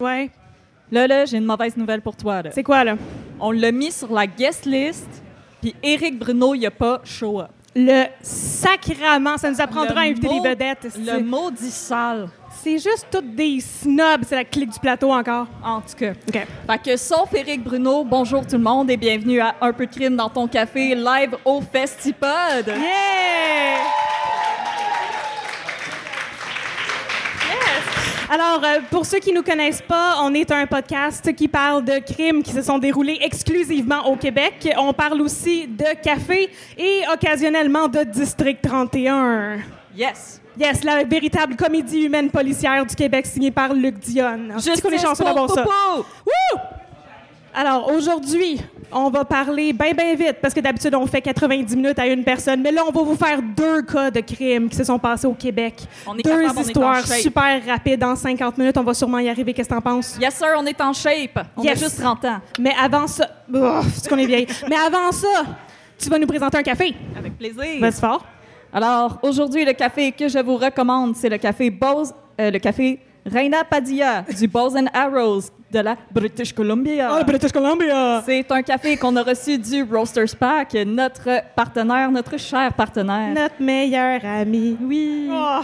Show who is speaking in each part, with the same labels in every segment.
Speaker 1: Ouais.
Speaker 2: Là, là, j'ai une mauvaise nouvelle pour toi. Là.
Speaker 1: C'est quoi, là?
Speaker 2: On l'a mis sur la guest list, puis Éric Bruno, il a pas show up.
Speaker 1: Le sacrament. Ça nous apprendra à
Speaker 2: Le
Speaker 1: inviter
Speaker 2: mot-
Speaker 1: des vedettes. c'est-
Speaker 2: Le maudit sale.
Speaker 1: C'est juste toutes des snobs. C'est la clique du plateau encore.
Speaker 2: En tout cas.
Speaker 1: OK.
Speaker 2: Fait que sauf Éric Bruno, bonjour tout le monde et bienvenue à Un peu de crime dans ton café, live au Festipod.
Speaker 1: Yeah! Alors, euh, pour ceux qui ne nous connaissent pas, on est un podcast qui parle de crimes qui se sont déroulés exclusivement au Québec. On parle aussi de café et occasionnellement de District 31.
Speaker 2: Yes.
Speaker 1: Yes, la véritable comédie humaine policière du Québec signée par Luc Dionne. Ah,
Speaker 2: Je
Speaker 1: Est-ce qu'on est chanceux d'avoir ça. Wouh! Alors, aujourd'hui, on va parler bien, bien vite, parce que d'habitude, on fait 90 minutes à une personne. Mais là, on va vous faire deux cas de crimes qui se sont passés au Québec.
Speaker 2: On est
Speaker 1: deux
Speaker 2: capable, on est en
Speaker 1: histoires
Speaker 2: shape.
Speaker 1: super rapides en 50 minutes. On va sûrement y arriver. Qu'est-ce que t'en penses?
Speaker 2: Yes, sir, on est en shape. On
Speaker 1: Yes.
Speaker 2: a juste 30 ans.
Speaker 1: Mais avant ça... Ouf, c'est qu'on est vieille. Mais avant ça, tu vas nous présenter un café.
Speaker 2: Avec plaisir.
Speaker 1: Vas-y fort.
Speaker 3: Alors, aujourd'hui, le café que je vous recommande, c'est le café Bose, euh, le café Reina Padilla du Bows and Arrows de la British Columbia.
Speaker 2: Ah.
Speaker 1: Oh, British Columbia!
Speaker 3: c'est un café qu'on a reçu du Roasters Pack, notre partenaire, notre cher partenaire.
Speaker 1: Notre meilleur ami.
Speaker 3: Oui.
Speaker 1: Oh,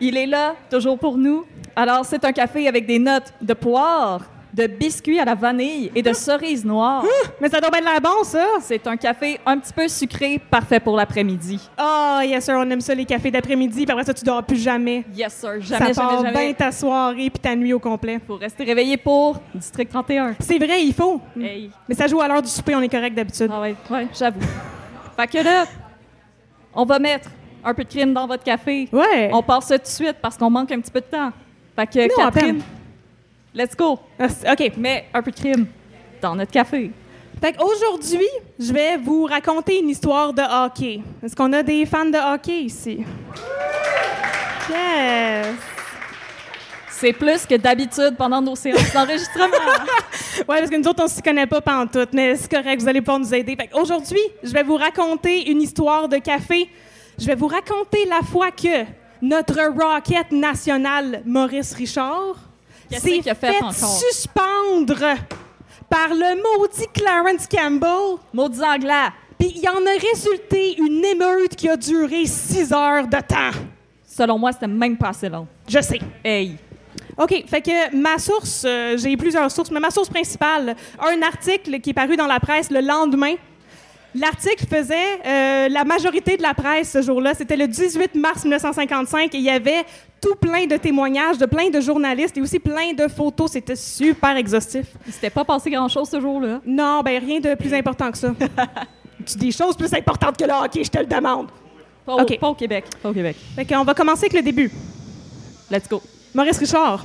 Speaker 3: Il est là, toujours pour nous. Alors, c'est un café avec des notes de poire, de biscuits à la vanille
Speaker 1: Ah.
Speaker 3: et de cerises noires.
Speaker 1: mais ça doit bien de l'air bon, ça!
Speaker 3: C'est un café un petit peu sucré, parfait pour l'après-midi.
Speaker 1: Ah, yes sir, on aime ça les cafés d'après-midi, puis après ça, tu dors plus jamais.
Speaker 3: Yes, sir. Jamais,
Speaker 1: ça part
Speaker 3: jamais, jamais.
Speaker 1: bien ta soirée puis ta nuit au complet.
Speaker 3: Pour rester réveillé pour District 31.
Speaker 1: C'est vrai, il faut.
Speaker 3: Hey.
Speaker 1: Mais ça joue à l'heure du souper, on est correct d'habitude.
Speaker 3: Eh. Ah ouais, ouais, j'avoue. fait que là, on va mettre un peu de crime dans votre café.
Speaker 1: Ouais.
Speaker 3: On part ça tout de suite parce qu'on manque un petit peu de temps. Fait que
Speaker 1: Eh. Non, à
Speaker 3: Catherine,
Speaker 1: peine.
Speaker 3: let's go.
Speaker 1: Ah, c'est- OK.
Speaker 3: Mais un peu de crime dans notre café.
Speaker 1: Fait aujourd'hui, je vais vous raconter une histoire de hockey. Est-ce qu'on a des fans de hockey ici? Yes!
Speaker 3: C'est plus que d'habitude pendant nos séances d'enregistrement.
Speaker 1: Ouais, parce que nous autres, on s'y connaît pas pantoute, mais c'est correct, vous allez pouvoir nous aider. Fait aujourd'hui, je vais vous raconter une histoire de café. Je vais vous raconter la fois que notre Rocket national, Maurice Richard,
Speaker 3: Qu'est-ce
Speaker 1: s'est
Speaker 3: qu'il a fait encore?
Speaker 1: suspendre par le maudit Clarence Campbell.
Speaker 3: Maudits anglais.
Speaker 1: Puis il en a résulté une émeute qui a duré six heures de temps.
Speaker 3: Selon moi, c'était même pas assez long.
Speaker 1: Je sais.
Speaker 3: Hey.
Speaker 1: OK, fait que ma source, euh, j'ai plusieurs sources, mais ma source principale, un article qui est paru dans la presse le lendemain. L'article faisait euh, la majorité de la presse ce jour-là. C'était le 18 mars 1955 et il y avait tout plein de témoignages de plein de journalistes et aussi plein de photos. C'était super exhaustif.
Speaker 3: Il s'était pas passé grand-chose ce jour-là.
Speaker 1: Non, ben rien de plus important que ça. tu dis des choses plus importantes que le hockey, je te le demande.
Speaker 3: Pas, au-
Speaker 1: Ok.
Speaker 3: pas au Québec. Pas au Québec.
Speaker 1: Fait qu'on va commencer avec le début.
Speaker 3: Let's go.
Speaker 1: Maurice Richard,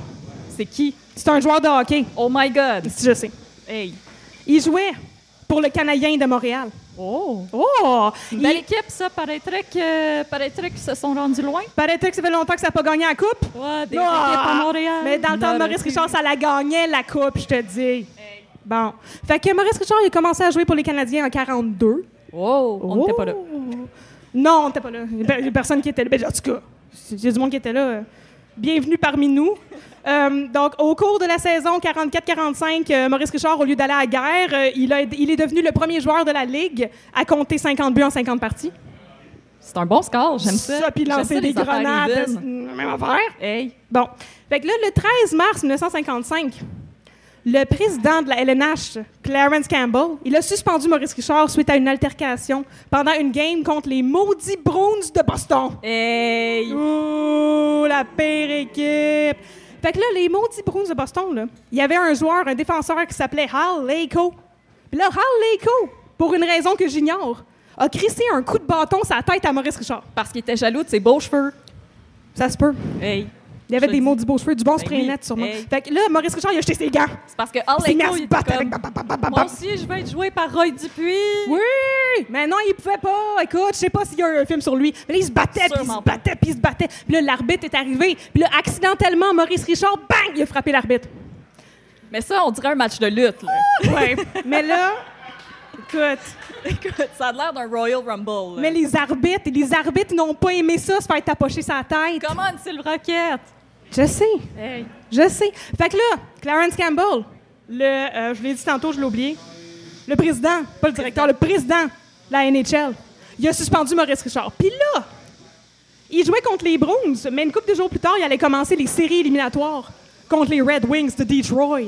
Speaker 3: C'est qui?
Speaker 1: c'est un joueur de hockey,
Speaker 3: Oh my God.
Speaker 1: si je sais.
Speaker 3: Hey.
Speaker 1: Il jouait pour le Canadien de Montréal.
Speaker 2: Oh!
Speaker 1: Oh!
Speaker 2: Une
Speaker 1: Il
Speaker 2: belle équipe, ça. Paraîtrait que, paraîtrait qu'ils se sont rendus loin.
Speaker 1: paraîtrait que ça fait longtemps que ça n'a pas gagné la Coupe.
Speaker 2: Ouais, des
Speaker 1: Ah!
Speaker 2: équipes Oh, à Montréal.
Speaker 1: Mais dans le temps de Maurice Richard, ça la gagnait, la coupe, je te dis. Bon. Fait que Maurice Richard, il a commencé à jouer pour les Canadiens en 42.
Speaker 2: Oh! On n'était pas là.
Speaker 1: Oh! Non, on n'était pas là. Il y a pe- personne qui était là. Ben, en tout cas, il y a du monde qui était là. euh, Bienvenue parmi nous. Euh, donc, au cours de la saison 44-45, euh, Maurice Richard, au lieu d'aller à la guerre, euh, il, a- il est devenu le premier joueur de la Ligue à compter 50 buts en 50 parties.
Speaker 2: C'est un bon score, j'aime ça.
Speaker 1: Ça, puis
Speaker 2: J'aime
Speaker 1: lancer
Speaker 2: ça,
Speaker 1: des
Speaker 2: les affaires
Speaker 1: grenades.
Speaker 2: Eden.
Speaker 1: c'est- Mmh, Même affaire.
Speaker 2: Hey!
Speaker 1: Bon. Fait que là, le 13 mars 1955, le président de la LNH, Clarence Campbell, il a suspendu Maurice Richard suite à une altercation pendant une game contre les maudits Browns de Boston.
Speaker 2: Hey!
Speaker 1: Ouh, la pire équipe! Fait que là, les maudits Bruins de Boston, là, il y avait un joueur, un défenseur qui s'appelait Hal Leiko. Puis là, Hal Leiko, pour une raison que j'ignore, a crissé un coup de bâton sa tête à Maurice Richard.
Speaker 2: Parce qu'il était jaloux de ses beaux cheveux.
Speaker 1: Ça se peut.
Speaker 2: Hey!
Speaker 1: Il y avait
Speaker 2: Je
Speaker 1: des
Speaker 2: le dis.
Speaker 1: maudits beaux cheveux, du bon spray
Speaker 2: oui.
Speaker 1: net sûrement.
Speaker 2: Hey.
Speaker 1: Fait que là, Maurice Richard, il a jeté ses gants.
Speaker 2: C'est parce que Al
Speaker 1: Il s'est mis à
Speaker 2: Echo,
Speaker 1: se
Speaker 2: il était
Speaker 1: battre avec...
Speaker 2: comme,
Speaker 1: bam, bam, bam, bam,
Speaker 2: Moi
Speaker 1: bam.
Speaker 2: aussi, je vais être joué par Roy Dupuis.
Speaker 1: Oui! Mais non, il pouvait pas. Écoute, je sais pas s'il y a eu un film sur lui. Mais là, il se battait, puis il
Speaker 2: Sûrement
Speaker 1: se
Speaker 2: pas.
Speaker 1: battait, puis il se battait. Puis là, l'arbitre est arrivé. Puis là, accidentellement, Maurice Richard, bang, il a frappé l'arbitre.
Speaker 2: Mais ça, on dirait un match de lutte. là.
Speaker 1: Ouais. mais là, écoute,
Speaker 2: Écoute, ça a l'air d'un Royal Rumble. là.
Speaker 1: mais les arbitres, les arbitres n'ont pas aimé ça, se faire tapocher sa tête.
Speaker 2: Comment une Silver Rocket?
Speaker 1: Je sais,
Speaker 2: Hey!
Speaker 1: je sais. Fait que là, Clarence Campbell, le, euh, je l'ai dit tantôt, je l'ai oublié, le président, pas le directeur, le président de la NHL, il a suspendu Maurice Richard. Puis là, il jouait contre les Browns, mais une couple de jours plus tard, il allait commencer les séries éliminatoires contre les Red Wings de Detroit.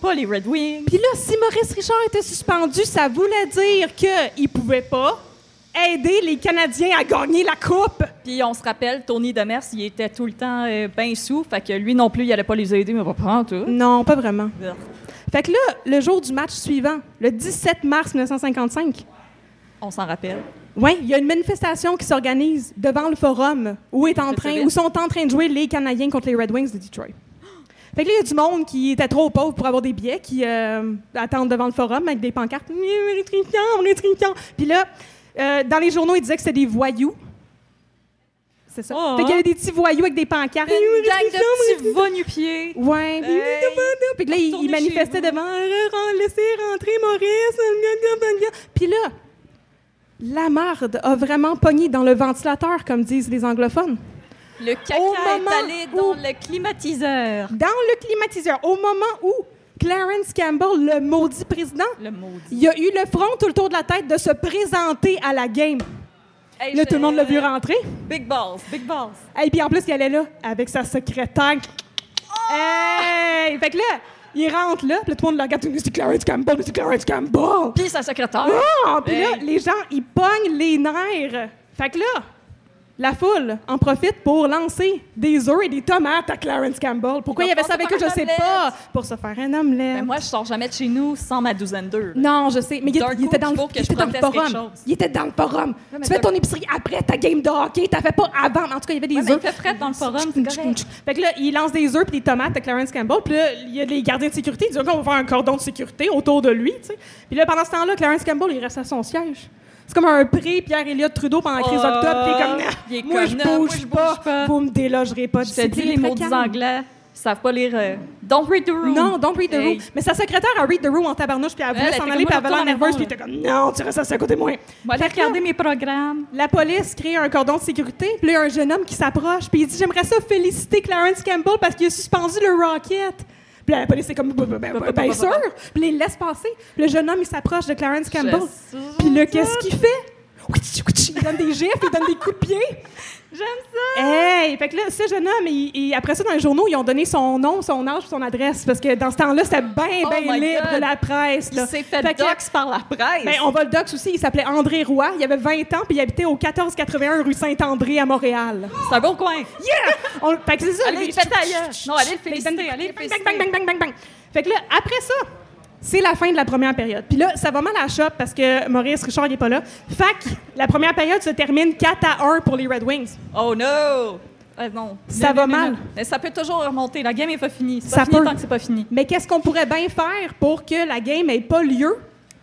Speaker 2: Pas les Red Wings.
Speaker 1: Puis là, si Maurice Richard était suspendu, ça voulait dire qu'il pouvait pas aider les Canadiens à gagner la Coupe.
Speaker 2: Puis on se rappelle, Tony Demers, il était tout le temps euh, ben sous, fait que lui non plus, il allait pas les aider, mais va prendre tout.
Speaker 1: Non, pas vraiment.
Speaker 2: Brr.
Speaker 1: Fait que là, le jour du match suivant, le 17 mars 1955,
Speaker 2: On s'en rappelle.
Speaker 1: ouais, il y a une manifestation qui s'organise devant le forum où, est en
Speaker 2: Je
Speaker 1: train,
Speaker 2: savais.
Speaker 1: où sont en train de jouer les Canadiens contre les Red Wings de Detroit. Fait que là, il y a du monde qui était trop pauvre pour avoir des billets, qui euh, attendent devant le forum avec des pancartes. Maurice Richard, Maurice Richard. Puis là, euh, dans les journaux, ils disaient que c'était des voyous. C'est ça.
Speaker 2: Oh.
Speaker 1: Fait qu'il y avait des petits voyous avec des pancartes.
Speaker 2: Une
Speaker 1: Maurice
Speaker 2: gang
Speaker 1: Richard, Maurice
Speaker 2: de petits pieds
Speaker 1: Ouais. Puis
Speaker 2: Hey.
Speaker 1: Puis là, il,
Speaker 2: Retournez
Speaker 1: il manifestait
Speaker 2: chez vous.
Speaker 1: devant Re- re- Laissez rentrer euh, Maurice. Puis là, la marde a vraiment pogné dans le ventilateur, comme disent les anglophones.
Speaker 2: Le caca
Speaker 1: Au moment
Speaker 2: est allé dans
Speaker 1: où-
Speaker 2: le climatiseur.
Speaker 1: Dans le climatiseur, au moment où Clarence Campbell, le maudit président,
Speaker 2: Le maudit.
Speaker 1: il a eu le front tout le tour de la tête de se présenter à la game.
Speaker 2: Hey,
Speaker 1: Là, tout le monde l'a
Speaker 2: je-
Speaker 1: vu rentrer.
Speaker 2: Big balls, big balls.
Speaker 1: Et puis en plus, il allait là avec sa secrétaire. Hey! Fait que là, il rentre là, puis là, tout le monde le regarde, c'est Clarence Campbell, c'est Clarence Campbell!
Speaker 2: Puis sa secrétaire.
Speaker 1: Ah! Puis là,
Speaker 2: Hey.
Speaker 1: les gens, ils pognent les nerfs. Fait que là, la foule en profite pour lancer des œufs et des tomates à Clarence Campbell. Pourquoi
Speaker 2: Ils
Speaker 1: il y avait
Speaker 2: vont
Speaker 1: ça
Speaker 2: se
Speaker 1: avec eux,
Speaker 2: faire
Speaker 1: je
Speaker 2: une
Speaker 1: sais
Speaker 2: omelette.
Speaker 1: pas. Pour se faire un omelette.
Speaker 2: Mais Ben, moi, je sors jamais de chez nous sans ma douzaine d'œufs. là.
Speaker 1: non, je sais, mais il,
Speaker 2: D'un
Speaker 1: il
Speaker 2: coup,
Speaker 1: était dans
Speaker 2: il
Speaker 1: le,
Speaker 2: faut que je
Speaker 1: il était dans le
Speaker 2: proteste quelque
Speaker 1: forum.
Speaker 2: chose.
Speaker 1: Il était dans le forum.
Speaker 2: Ouais, mais
Speaker 1: tu fais
Speaker 2: t'as-
Speaker 1: ton épicerie après ta game de hockey, t'as fait pas avant. En tout cas, il y avait des
Speaker 2: Ouais, mais il
Speaker 1: œufs.
Speaker 2: fait fret dans le forum, c'est correct.
Speaker 1: Fait que là, il lance des œufs puis des tomates à Clarence Campbell. Puis là, il y a des gardiens de sécurité. Ils disent qu'on va faire un cordon de sécurité autour de lui, tu sais. Puis là, pendant ce temps-là, Clarence Campbell, il reste à son siège. C'est comme un prix Pierre Elliott Trudeau pendant la crise
Speaker 2: Oh,
Speaker 1: d'octobre. puis il est comme, Nah,
Speaker 2: il est
Speaker 1: moi, je
Speaker 2: comme, Nah, moi,
Speaker 1: bouge
Speaker 2: je
Speaker 1: pas,
Speaker 2: bouge pas.
Speaker 1: Vous me délogerez pas.
Speaker 2: Je te dis, les mots des anglais, ils savent pas lire. euh, don't read the room.
Speaker 1: Non, don't read the
Speaker 2: Hey.
Speaker 1: room. Mais sa secrétaire a read the room en tabarnouche, puis elle voulait
Speaker 2: Elle
Speaker 1: s'en
Speaker 2: était
Speaker 1: aller,
Speaker 2: comme,
Speaker 1: puis elle
Speaker 2: moi,
Speaker 1: avait l'air
Speaker 2: retourne à la
Speaker 1: nerveuse, puis
Speaker 2: maison,
Speaker 1: il était comme, non, tu restes assis à côté de moi.
Speaker 2: Moi,
Speaker 1: Fait
Speaker 2: allez
Speaker 1: que là,
Speaker 2: regarder mes programmes.
Speaker 1: la police crée un cordon de sécurité, puis là, il y a un jeune homme qui s'approche, puis il dit J'aimerais ça féliciter Clarence Campbell parce qu'il a suspendu le Rocket. Puis là, la police est comme Ben, ben, ben, ben, Bien sûr Puis là, il laisse passer. Le jeune homme, il s'approche de Clarence Campbell.
Speaker 2: sais
Speaker 1: Puis là, qu'est-ce qu'il fait Ouitch, ouitch, Il donne des gifles, il donne des coups de pied.
Speaker 2: J'aime ça.
Speaker 1: Hey Fait que là, ce jeune homme, il- il- après ça, dans les journaux, ils ont donné son nom, son âge, son adresse, parce que dans ce temps-là, c'était bien,
Speaker 2: Oh
Speaker 1: bien
Speaker 2: my
Speaker 1: libre,
Speaker 2: God.
Speaker 1: la presse. là.
Speaker 2: Il s'est fait,
Speaker 1: Fait que-
Speaker 2: dox par la presse.
Speaker 1: ben, on va le dox aussi. Il s'appelait André Roy. Il avait 20 ans, puis il habitait au 1481 rue Saint-André à Montréal.
Speaker 2: C'est un bon coin.
Speaker 1: Yeah! On, fait que c'est ça.
Speaker 2: Allez,
Speaker 1: là,
Speaker 2: faites
Speaker 1: chut,
Speaker 2: ailleurs.
Speaker 1: chut, chut,
Speaker 2: Non, allez le
Speaker 1: chut,
Speaker 2: féliciter,
Speaker 1: bang, bang,
Speaker 2: allez le
Speaker 1: bang,
Speaker 2: féliciter.
Speaker 1: Bang, bang, bang, bang, bang. Fait que là, après ça, c'est la fin de la première période. Puis là, ça va mal à la shop parce que Maurice Richard n'est pas là. Fait que la première période se termine 4 à 1 pour les Red Wings.
Speaker 2: Oh no! Ah, non.
Speaker 1: Ça
Speaker 2: Non,
Speaker 1: va
Speaker 2: non, non,
Speaker 1: mal.
Speaker 2: non. Mais ça peut toujours remonter. La game n'est pas finie. C'est
Speaker 1: Ça
Speaker 2: pas fini
Speaker 1: peut.
Speaker 2: tant que c'est pas fini.
Speaker 1: Mais qu'est-ce qu'on pourrait bien faire pour que la game n'ait pas lieu?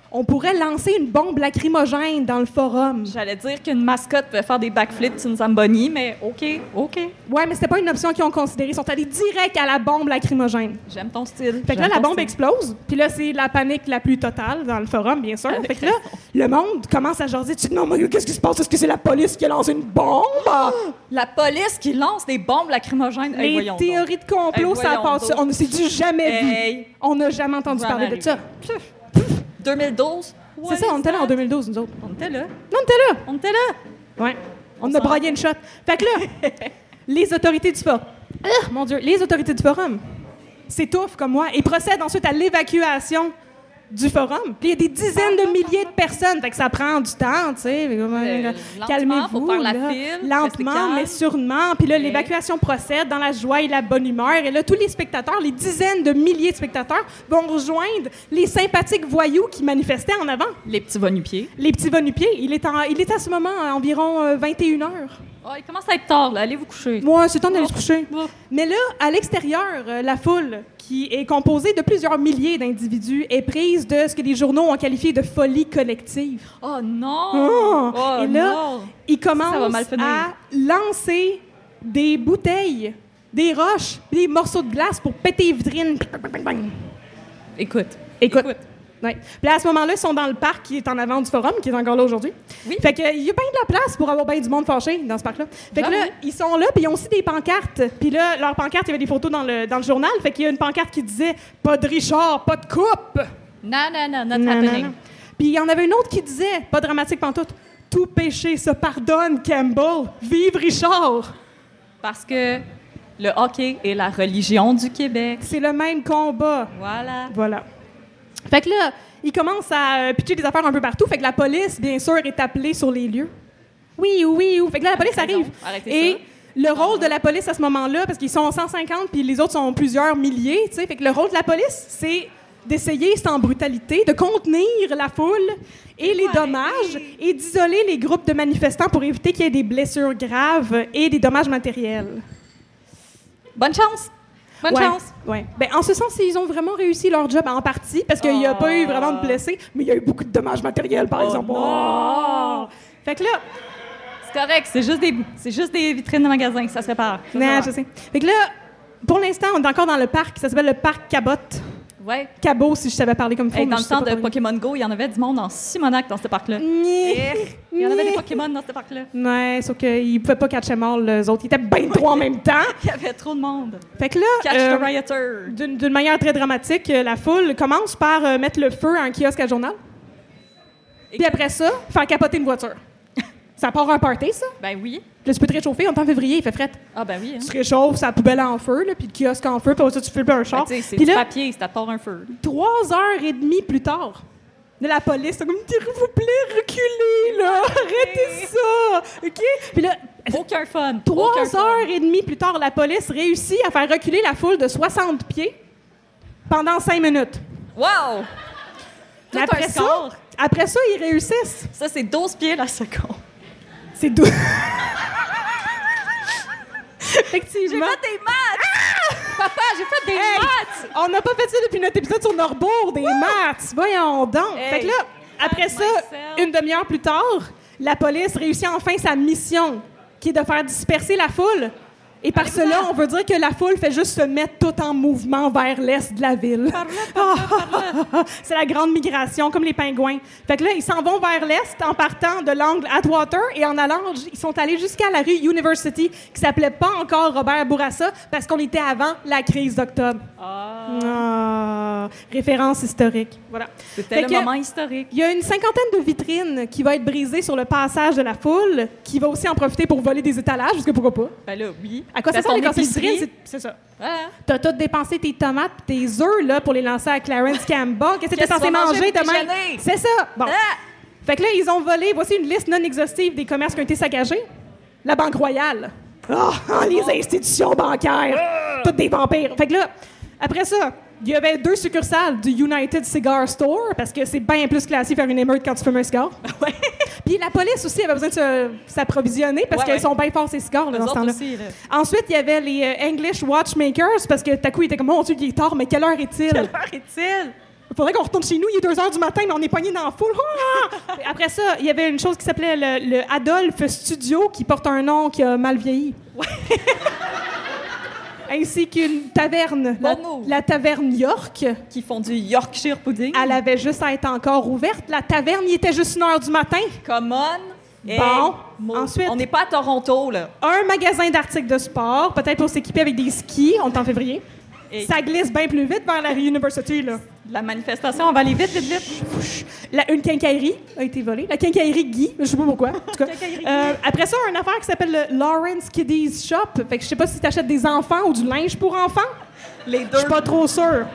Speaker 1: on pourrait lancer une bombe lacrymogène dans le forum.
Speaker 2: J'allais dire qu'une mascotte peut faire des backflips sur une Zamboni, mais OK, OK.
Speaker 1: Ouais, mais c'était pas une option qu'ils ont considérée. Ils sont allés direct à la bombe lacrymogène.
Speaker 2: J'aime ton style.
Speaker 1: Fait que là,
Speaker 2: J'aime
Speaker 1: la
Speaker 2: ton
Speaker 1: bombe
Speaker 2: style.
Speaker 1: explose, puis là, c'est la panique la plus totale dans le forum, bien sûr. Fait que là, le monde commence à jaser. Tu dis, non, mais qu'est-ce qui se passe? Est-ce que c'est la police qui a lancé une bombe?
Speaker 2: La police qui lance des bombes lacrymogènes. Ah! Hey,
Speaker 1: Les
Speaker 2: voyons donc.
Speaker 1: théories de complot,
Speaker 2: Hey,
Speaker 1: ça
Speaker 2: voyons
Speaker 1: passe.
Speaker 2: donc.
Speaker 1: On ne s'est du jamais vu.
Speaker 2: Hey.
Speaker 1: On n'a jamais entendu
Speaker 2: Vous en
Speaker 1: parler de
Speaker 2: arrivez.
Speaker 1: ça.
Speaker 2: Pfff. 2012.
Speaker 1: C'est ça, on était là en 2012, nous autres.
Speaker 2: On était là.
Speaker 1: Non, on était là.
Speaker 2: On était là.
Speaker 1: Ouais. On a braillé une shot. Fait que là, les autorités du forum. mon Dieu, les autorités du forum s'étouffent comme moi et procèdent ensuite à l'évacuation du forum. Puis il y a des dizaines de milliers de personnes. Fait que ça prend du temps, tu sais.
Speaker 2: Euh,
Speaker 1: Euh,
Speaker 2: lentement,
Speaker 1: Calmez-vous.
Speaker 2: faut faire la
Speaker 1: là.
Speaker 2: file, rester
Speaker 1: Lentement,
Speaker 2: calme.
Speaker 1: mais sûrement. Puis là, l'évacuation procède dans la joie et la bonne humeur. Et là, tous les spectateurs, les dizaines de milliers de spectateurs vont rejoindre les sympathiques voyous qui manifestaient en avant.
Speaker 2: Les petits vonupiers.
Speaker 1: Les petits pieds il est, en- il est à ce moment à environ euh, 21h.
Speaker 2: Oh, il commence à être tard, là. Allez vous coucher.
Speaker 1: Moi, c'est temps d'aller se coucher.
Speaker 2: Ouf.
Speaker 1: Mais là, à l'extérieur, euh, la foule, qui est composée de plusieurs milliers d'individus, est prise de ce que les journaux ont qualifié de folie collective.
Speaker 2: Oh non!
Speaker 1: Oh!
Speaker 2: Oh,
Speaker 1: Et là,
Speaker 2: non!
Speaker 1: ils commencent
Speaker 2: Ça va mal finir.
Speaker 1: à lancer des bouteilles, des roches, des morceaux de glace pour péter les vitrines.
Speaker 2: Écoute.
Speaker 1: Écoute.
Speaker 2: Écoute.
Speaker 1: Ouais. Puis là, à ce moment-là, ils sont dans le parc qui est en avant du forum, qui est encore là aujourd'hui.
Speaker 2: Oui.
Speaker 1: Fait qu'il y a bien de la place pour avoir bien du monde fâché dans ce parc-là. Fait que là,
Speaker 2: J'avoue.
Speaker 1: ils sont là, puis ils ont aussi des pancartes. Puis là, leurs pancartes, il y avait des photos dans le, dans le journal. Fait qu'il y a une pancarte qui disait « Pas de Richard, pas de coupe!
Speaker 2: Non, non, non, not
Speaker 1: Non, non,
Speaker 2: happening.
Speaker 1: non. Puis il y en avait une autre qui disait « Pas dramatique pantoute. Tout péché se pardonne, Campbell. Vive Richard!
Speaker 2: Parce que le hockey est la religion du Québec.
Speaker 1: C'est le même combat. »
Speaker 2: Voilà.
Speaker 1: Voilà. Fait que là, ils commencent à euh, pitcher des affaires un peu partout. Fait que la police, bien sûr, est appelée sur les lieux. Oui, oui, oui. Fait que là, la police
Speaker 2: raison.
Speaker 1: arrive.
Speaker 2: Arrêtez
Speaker 1: Et
Speaker 2: ça.
Speaker 1: le rôle de la police à ce moment-là, parce qu'ils sont 150 puis les autres sont plusieurs milliers, tu sais. Fait que le rôle de la police, c'est d'essayer sans brutalité de contenir la foule et les dommages et d'isoler les groupes de manifestants pour éviter qu'il y ait des blessures graves et des dommages matériels.
Speaker 2: Bonne chance! Bonne
Speaker 1: Ouais,
Speaker 2: chance!
Speaker 1: ouais. Ben, en ce sens, ils ont vraiment réussi leur job en partie parce qu'il n'y a pas eu
Speaker 2: Oh.
Speaker 1: vraiment de blessés, mais il y a eu beaucoup de dommages matériels, par exemple. Oh! Fait que là,
Speaker 2: C'est correct, c'est juste, des, c'est juste des vitrines de magasins que ça se répare. Ça se
Speaker 1: non, je
Speaker 2: répare.
Speaker 1: sais. Fait que là, pour l'instant, on est encore dans le parc. Ça s'appelle le parc Cabot.
Speaker 2: Ouais.
Speaker 1: Cabot, si je savais parler comme faut.
Speaker 2: Hey,
Speaker 1: mais
Speaker 2: dans
Speaker 1: je
Speaker 2: le
Speaker 1: sais
Speaker 2: temps
Speaker 1: pas
Speaker 2: de
Speaker 1: parler.
Speaker 2: Pokémon Go, il y en avait du monde en Simonac dans ce parc-là.
Speaker 1: Nyeh.
Speaker 2: Il y en avait des
Speaker 1: Nyeh.
Speaker 2: Pokémon dans ce parc-là.
Speaker 1: Ouais, sauf qu'ils pouvaient pas catcher mort, les autres. Ils étaient ben trois en même temps.
Speaker 2: Il y avait trop de monde.
Speaker 1: Fait que là.
Speaker 2: Catch
Speaker 1: euh,
Speaker 2: the rioter!
Speaker 1: d'une d'une manière très dramatique, euh, la foule commence par euh, mettre le feu à un kiosque à journal. Puis après ça, faire capoter une voiture. ça part un party, ça.
Speaker 2: Ben oui.
Speaker 1: Là, tu peux te réchauffer. On est en février, il fait fret.
Speaker 2: Ah ben oui. hein.
Speaker 1: Tu te réchauffes, ça poubelle en feu, là, puis le kiosque en feu, puis après ça, tu flippes un
Speaker 2: Ben,
Speaker 1: char.
Speaker 2: tu sais, c'est
Speaker 1: puis
Speaker 2: du
Speaker 1: là,
Speaker 2: papier, c'est à tort un feu.
Speaker 1: trois heures et demie plus tard, de la police, c'est comme, s'il vous plaît, reculez, là, arrêtez ça, OK? Puis là,
Speaker 2: Aucun fun.
Speaker 1: trois
Speaker 2: aucun fun.
Speaker 1: heures et demie plus tard, la police réussit à faire reculer la foule de 60 pieds pendant cinq minutes.
Speaker 2: Wow! Tout
Speaker 1: Mais
Speaker 2: un score.
Speaker 1: Ça, après ça, ils réussissent.
Speaker 2: Ça, c'est 12 pieds la seconde.
Speaker 1: C'est doux.
Speaker 2: J'ai
Speaker 1: Effectivement.
Speaker 2: fait des maths! Papa, j'ai fait des
Speaker 1: Hey!
Speaker 2: maths!
Speaker 1: On n'a pas fait ça depuis notre épisode sur Norbourg, des maths. Voyons donc.
Speaker 2: Hey,
Speaker 1: Fait que là, après ça,
Speaker 2: myself.
Speaker 1: une demi-heure plus tard, la police réussit enfin sa mission, qui est de faire disperser la foule. Et par cela, on veut dire que la foule fait juste se mettre tout en mouvement vers l'est de la ville. C'est la grande migration, comme les pingouins. Fait que là, ils s'en vont vers l'est en partant de l'angle Atwater et en allant, j- ils sont allés jusqu'à la rue University, qui s'appelait pas encore Robert Bourassa, parce qu'on était avant la crise d'octobre. Ah, référence historique. Voilà.
Speaker 2: C'était
Speaker 1: Fait
Speaker 2: le
Speaker 1: que-
Speaker 2: moment historique.
Speaker 1: il y a une cinquantaine de vitrines qui va être brisée sur le passage de la foule, qui va aussi en profiter pour voler des étalages, parce que pourquoi pas?
Speaker 2: Ben là, oui.
Speaker 1: À quoi ça
Speaker 2: Fais
Speaker 1: sert
Speaker 2: ton
Speaker 1: les casser de
Speaker 2: épicerie. Ah.
Speaker 1: vitrines? C'est- C'est ça.
Speaker 2: Voilà.
Speaker 1: T'as tout dépensé tes tomates pis tes œufs là pour les lancer à Clarence Campbell. Qu'est-ce que t'es
Speaker 2: Qu'est-ce
Speaker 1: censé
Speaker 2: qu'on va
Speaker 1: manger
Speaker 2: manger pour
Speaker 1: demain?
Speaker 2: déjeuner?
Speaker 1: C'est ça. Bon.
Speaker 2: Ah!
Speaker 1: Fait que là, ils ont volé. Voici une liste non exhaustive des commerces qui ont été saccagés. La Banque Royale. Ah, ah, les institutions bancaires.
Speaker 2: Ah!
Speaker 1: Toutes des vampires. Fait que là, après ça, il y avait deux succursales du United Cigar Store parce que c'est bien plus classé faire une émeute quand tu fumes un cigare. Puis la police aussi avait besoin de se- s'approvisionner parce
Speaker 2: Ouais,
Speaker 1: qu'ils
Speaker 2: ouais.
Speaker 1: sont bien forts ces cigares là,
Speaker 2: Eux
Speaker 1: dans ce
Speaker 2: autres
Speaker 1: temps-là.
Speaker 2: aussi, là.
Speaker 1: Ensuite, il y avait les euh, English Watchmakers parce que Taku était comme mon Dieu, il est tard, mais quelle heure est-il
Speaker 2: Quelle heure est-il?
Speaker 1: faudrait qu'on retourne chez nous, il est 2 heures du matin, mais on est pogné dans la foule. Ah! Après ça, il y avait une chose qui s'appelait le, le Adolphe Studio, qui porte un nom qui a mal vieilli. Ainsi qu'une taverne, la,
Speaker 2: Bon move.
Speaker 1: la taverne York.
Speaker 2: Qui font du Yorkshire pudding.
Speaker 1: Elle avait juste à être encore ouverte. La taverne, il était juste une heure du matin.
Speaker 2: Come on. Hey,
Speaker 1: Bon,
Speaker 2: mo-
Speaker 1: ensuite-
Speaker 2: On n'est pas à Toronto, là.
Speaker 1: Un magasin d'articles de sport, peut-être pour s'équiper avec des skis. On est en février.
Speaker 2: Et-
Speaker 1: Ça glisse bien plus vite vers la University, là.
Speaker 2: La manifestation, on va aller vite, vite, vite.
Speaker 1: La- une quincaillerie a été volée. La quincaillerie Guy, je sais pas pourquoi. en tout cas. Euh, après ça, une affaire qui s'appelle le Lawrence Kiddies Shop. Fait que je sais pas si t'achètes des enfants ou du linge pour enfants.
Speaker 2: Les
Speaker 1: Je
Speaker 2: deux.
Speaker 1: suis pas trop sûre.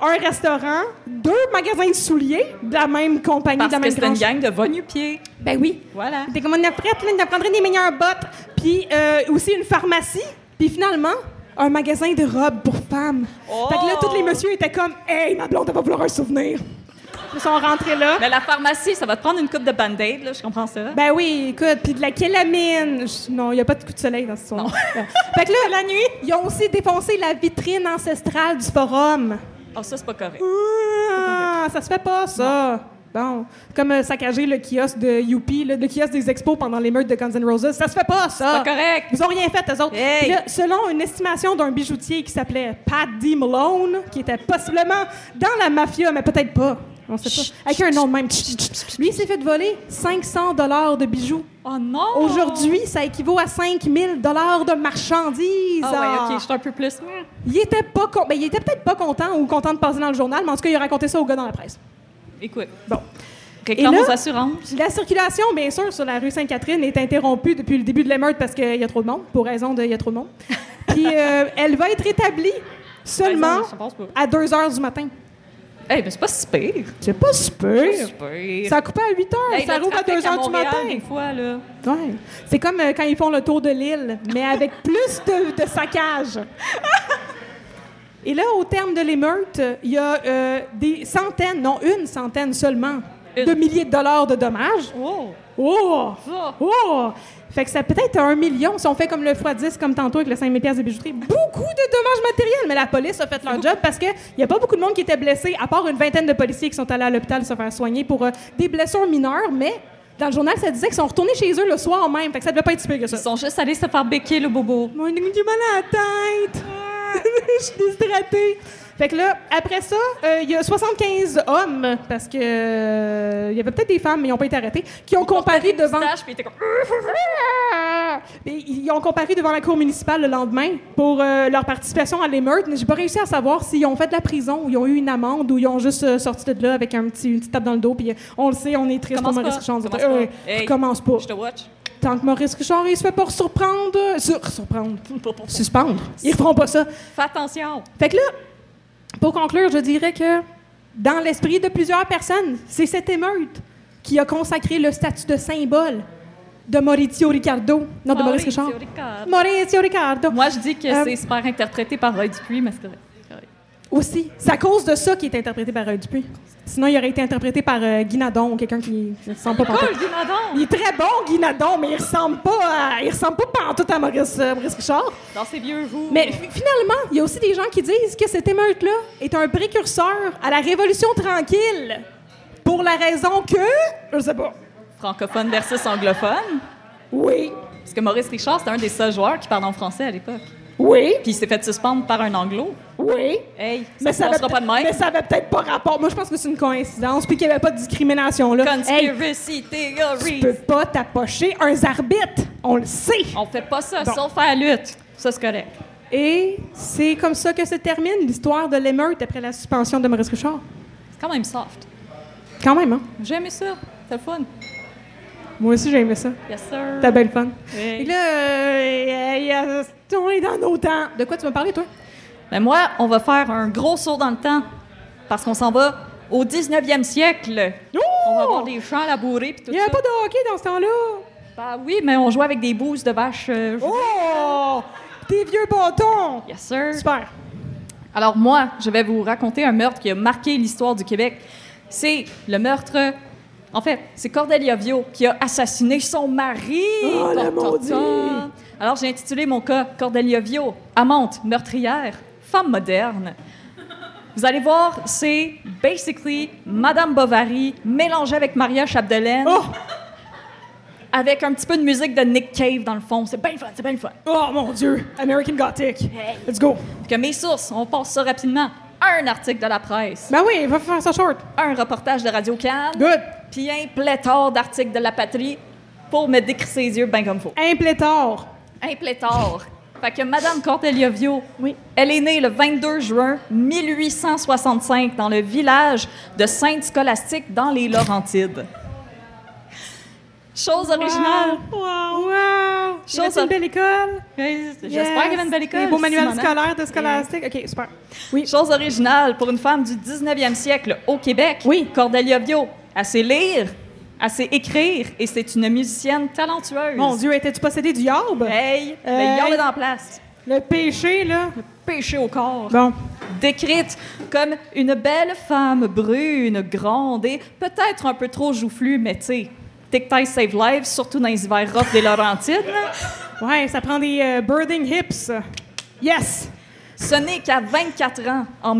Speaker 1: Un restaurant, deux magasins de souliers de la même compagnie,
Speaker 2: Parce
Speaker 1: de la
Speaker 2: que
Speaker 1: même
Speaker 2: c'est une
Speaker 1: branche.
Speaker 2: gang de venu-pied.
Speaker 1: Ben oui.
Speaker 2: Voilà.
Speaker 1: T'es comme on est prête, là, on apprendrait des meilleures bottes. Puis euh, aussi une pharmacie. Puis finalement, un magasin de robes pour femmes.
Speaker 2: Oh!
Speaker 1: Fait que là, tous les messieurs étaient comme Hey, ma blonde, elle va vouloir un souvenir. Ils sont rentrés là.
Speaker 2: Mais la pharmacie, ça va te prendre une coupe de Band-Aid, là, je comprends ça.
Speaker 1: Ben oui, écoute, puis de la kélamine. Je- non, il n'y a pas de coup de soleil dans ce soir. fait que là, la nuit, ils ont aussi défoncé la vitrine ancestrale du forum.
Speaker 2: Oh, ça, c'est pas correct.
Speaker 1: Ah, ça se fait pas, ça. Bon, comme euh, saccager le kiosque de Youpi, là, le kiosque des expos pendant les meurtres de Guns N' Roses, ça se fait pas, ça.
Speaker 2: C'est pas correct.
Speaker 1: Ils ont rien fait, eux autres.
Speaker 2: Hey.
Speaker 1: Puis là, selon une estimation d'un bijoutier qui s'appelait Pat D. Malone, qui était possiblement dans la mafia, mais peut-être pas. On sait pas. Avec un nom de même. Lui, il s'est fait voler 500 dollars de bijoux.
Speaker 2: Oh non!
Speaker 1: Aujourd'hui, ça équivaut à 5000 dollars de marchandises.
Speaker 2: Ah ouais, ok, je suis un peu plus. hmm.
Speaker 1: Il était pas con- ben, il était peut-être pas content ou content de passer dans le journal, mais en tout cas, il a raconté ça au gars dans la presse.
Speaker 2: Écoute,
Speaker 1: Bon.
Speaker 2: réclame
Speaker 1: Et là-
Speaker 2: aux assurances.
Speaker 1: La circulation, bien sûr, sur la rue Sainte-Catherine est interrompue depuis le début de l'émeute parce qu'il y a trop de monde, pour raison de il y a trop de monde. Puis euh, elle va être rétablie seulement
Speaker 2: je pense pas.
Speaker 1: à 2 heures du matin.
Speaker 2: Eh, mais c'est pas si pire.
Speaker 1: C'est pas super.
Speaker 2: pire.
Speaker 1: Ça coupait à 8 heures,
Speaker 2: Hey,
Speaker 1: ça
Speaker 2: Ben, le
Speaker 1: rouvre à
Speaker 2: trafic
Speaker 1: 2 heures du
Speaker 2: Montréal,
Speaker 1: matin.
Speaker 2: Des fois, là.
Speaker 1: Ouais. C'est comme euh, quand ils font le tour de l'île, mais avec plus de, de saccage. Et là, au terme de l'émeute, il y a euh, des centaines, non, une centaine seulement,
Speaker 2: Une.
Speaker 1: de milliers de dollars de dommages.
Speaker 2: Oh!
Speaker 1: Oh!
Speaker 2: Oh!
Speaker 1: Oh! Fait que ça peut être un million si on fait comme le x 10, comme tantôt avec le 5 000 piastres de bijouterie. Beaucoup de dommages matériels, mais la police a fait leur job parce qu'il n'y a pas beaucoup de monde qui était blessé, à part une vingtaine de policiers qui sont allés à l'hôpital se faire soigner pour euh, des blessures mineures, mais dans le journal, ça disait qu'ils sont retournés chez eux le soir même. Fait que ça devait pas être si pire que ça.
Speaker 2: Ils sont juste allés se faire béquer le bobo.
Speaker 1: Mon j'ai mal à la tête. Je suis déshydratée. Fait que là, après ça, euh, il y a 75 hommes, parce que euh, il y avait peut-être des femmes, mais ils n'ont pas été arrêtés, qui ont comparé devant.
Speaker 2: Tâche, puis t'es comme. euh,
Speaker 1: Et ils ont comparé devant la cour municipale le lendemain pour euh, leur participation à l'émeute, mais j'ai pas réussi à savoir s'ils ont fait de la prison ou ils ont eu une amende ou ils ont juste euh, sorti de là avec un petit, une petite tape dans le dos. Puis euh, on le sait, on est triste
Speaker 2: Commence
Speaker 1: pour Maurice
Speaker 2: pas,
Speaker 1: Richard.
Speaker 2: commence
Speaker 1: Euh,
Speaker 2: pas. Hey.
Speaker 1: Commence pas.
Speaker 2: Je te watch.
Speaker 1: Tant que Maurice Richard, il se fait pas surprendre. euh, Sur, surprendre. Suspendre. Ils feront pas ça.
Speaker 2: Fais attention.
Speaker 1: Fait que là, pour conclure, je dirais que dans l'esprit de plusieurs personnes, c'est cette émeute qui a consacré le statut de symbole de Maurizio Ricardo. Non, de Maurice
Speaker 2: Maurizio
Speaker 1: Richard.
Speaker 2: Ricardo.
Speaker 1: Maurizio Ricardo.
Speaker 2: Moi, je dis que
Speaker 1: Euh,
Speaker 2: c'est super interprété par Roy Dupuis, mais c'est correct. C'est correct.
Speaker 1: Aussi. C'est à cause de ça qu'il est interprété par euh, Dupuis. Sinon, il aurait été interprété par euh, Guy Nadon ou quelqu'un qui ne ressemble pas
Speaker 2: Cool,
Speaker 1: pantoute.
Speaker 2: dis-moi
Speaker 1: Il
Speaker 2: donc!
Speaker 1: est très bon, Guy Nadon, mais il ressemble pas à, il ressemble pas pantoute à Maurice, euh, Maurice Richard.
Speaker 2: Dans ces vieux jours.
Speaker 1: Mais fi- finalement, il y a aussi des gens qui disent que cette émeute-là est un précurseur à la Révolution tranquille. Pour la raison que. Je sais pas.
Speaker 2: Francophone versus anglophone.
Speaker 1: Oui.
Speaker 2: Parce que Maurice Richard, c'était un des seuls joueurs qui parlait en français à l'époque.
Speaker 1: Oui.
Speaker 2: Puis il s'est fait suspendre par un anglo.
Speaker 1: Oui.
Speaker 2: Hey, ça
Speaker 1: Mais
Speaker 2: ne
Speaker 1: ça, avait,
Speaker 2: passera pas de même.
Speaker 1: mais ça avait peut-être pas rapport. Moi, je pense que c'est une coïncidence, puis qu'il n'y avait pas de discrimination. là. Hey,
Speaker 2: Conspiracy
Speaker 1: tu
Speaker 2: theories.
Speaker 1: peux pas t'approcher un arbitre. On le sait.
Speaker 2: On fait pas ça,
Speaker 1: Bon.
Speaker 2: sauf à la lutte. Ça, c'est correct.
Speaker 1: Et c'est comme ça que se termine l'histoire de l'émeute après la suspension de Maurice Richard.
Speaker 2: C'est quand même soft.
Speaker 1: Quand même, hein?
Speaker 2: J'ai aimé ça. C'est le fun.
Speaker 1: Moi aussi, j'ai aimé ça.
Speaker 2: Yes, sir.
Speaker 1: T'as belle fun.
Speaker 2: Hey.
Speaker 1: Et là, euh, y a- y a- on est dans nos temps. De quoi tu m'as parlé, toi?
Speaker 2: Mais moi, on va faire un gros saut dans le temps. Parce qu'on s'en va au 19e siècle.
Speaker 1: Oh!
Speaker 2: On va voir des champs labourés puis tout
Speaker 1: Il n'y avait
Speaker 2: ça.
Speaker 1: pas de hockey dans ce temps-là.
Speaker 2: Bah oui, mais on jouait avec des bouses de vache. euh,
Speaker 1: Oh! Tes vieux bâtons!
Speaker 2: Yes, sir.
Speaker 1: Super.
Speaker 2: Alors moi, je vais vous raconter un meurtre qui a marqué l'histoire du Québec. C'est le meurtre... En fait, c'est Cordelia Vio qui a assassiné son mari.
Speaker 1: Oh,
Speaker 2: Tan,
Speaker 1: la
Speaker 2: tan,
Speaker 1: maudite!
Speaker 2: tan. Alors j'ai intitulé mon cas Cordelia Vio, amante, meurtrière, femme moderne. Vous allez voir, c'est basically Madame Bovary mélangée avec Maria Chapdelaine.
Speaker 1: Oh!
Speaker 2: Avec un petit peu de musique de Nick Cave dans le fond. C'est bien le fun, c'est bien le fun.
Speaker 1: Oh mon Dieu! American Gothic! Let's go!
Speaker 2: Que mes sources, on passe ça rapidement. Un article de la presse,
Speaker 1: Ben oui, va faire ça short!
Speaker 2: un reportage de Radio can
Speaker 1: Good!
Speaker 2: puis un pléthore d'articles de la patrie pour me décrire ses yeux ben comme faut.
Speaker 1: Un pléthore!
Speaker 2: Un pléthore. Fait que Madame Corteliovio,
Speaker 1: Oui.
Speaker 2: elle est née le 22 juin 1865 dans le village de Sainte-Scolastique dans les Laurentides. Chose originale.
Speaker 1: Wow! Wow!
Speaker 2: Chose
Speaker 1: Y a-t-il
Speaker 2: or-
Speaker 1: une belle école!
Speaker 2: J'espère qu'il y avait une belle école.
Speaker 1: Les beaux manuels
Speaker 2: Simonin.
Speaker 1: scolaires de scolastique. OK, super. Oui.
Speaker 2: Chose originale pour une femme du 19e siècle au Québec.
Speaker 1: Oui.
Speaker 2: Cordelia Bio. Elle sait lire, elle sait écrire et c'est une musicienne talentueuse.
Speaker 1: Mon Dieu, étais-tu possédé du yarb?
Speaker 2: Hey,
Speaker 1: Hey.
Speaker 2: le yard est en place.
Speaker 1: Le péché, là.
Speaker 2: Péché au corps.
Speaker 1: Bon.
Speaker 2: Décrite comme une belle femme brune, grande et peut-être un peu trop joufflue, mais tu sais, tic-tac save lives, surtout dans les hivers rough des Laurentides. là.
Speaker 1: Ouais, ça prend des euh, birding hips. Yes!
Speaker 2: Ce n'est qu'à 24 ans, en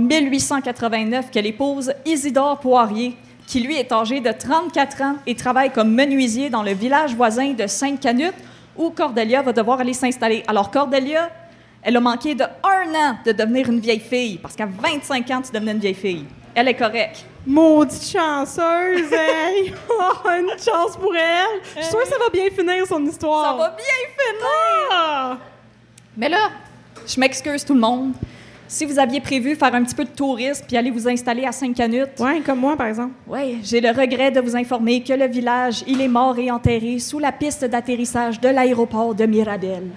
Speaker 2: 1889, qu'elle épouse Isidore Poirier, qui lui est âgé de 34 ans et travaille comme menuisier dans le village voisin de Sainte-Canute, où Cordelia va devoir aller s'installer. Alors Cordelia, elle a manqué de un an de devenir une vieille fille, parce qu'à 25 ans, tu devenais une vieille fille. Elle est correcte.
Speaker 1: Maudite chanceuse, hey! Oh, une chance pour elle! Je suis sûre que ça va bien finir son histoire.
Speaker 2: Ça va bien finir!
Speaker 1: Ah!
Speaker 2: Mais là, je m'excuse tout le monde. Si vous aviez prévu faire un petit peu de tourisme puis aller vous installer à Sainte-Canute,
Speaker 1: Ouais, comme moi, par exemple.
Speaker 2: Oui, j'ai le regret de vous informer que le village, il est mort et enterré sous la piste d'atterrissage de l'aéroport de Mirabel.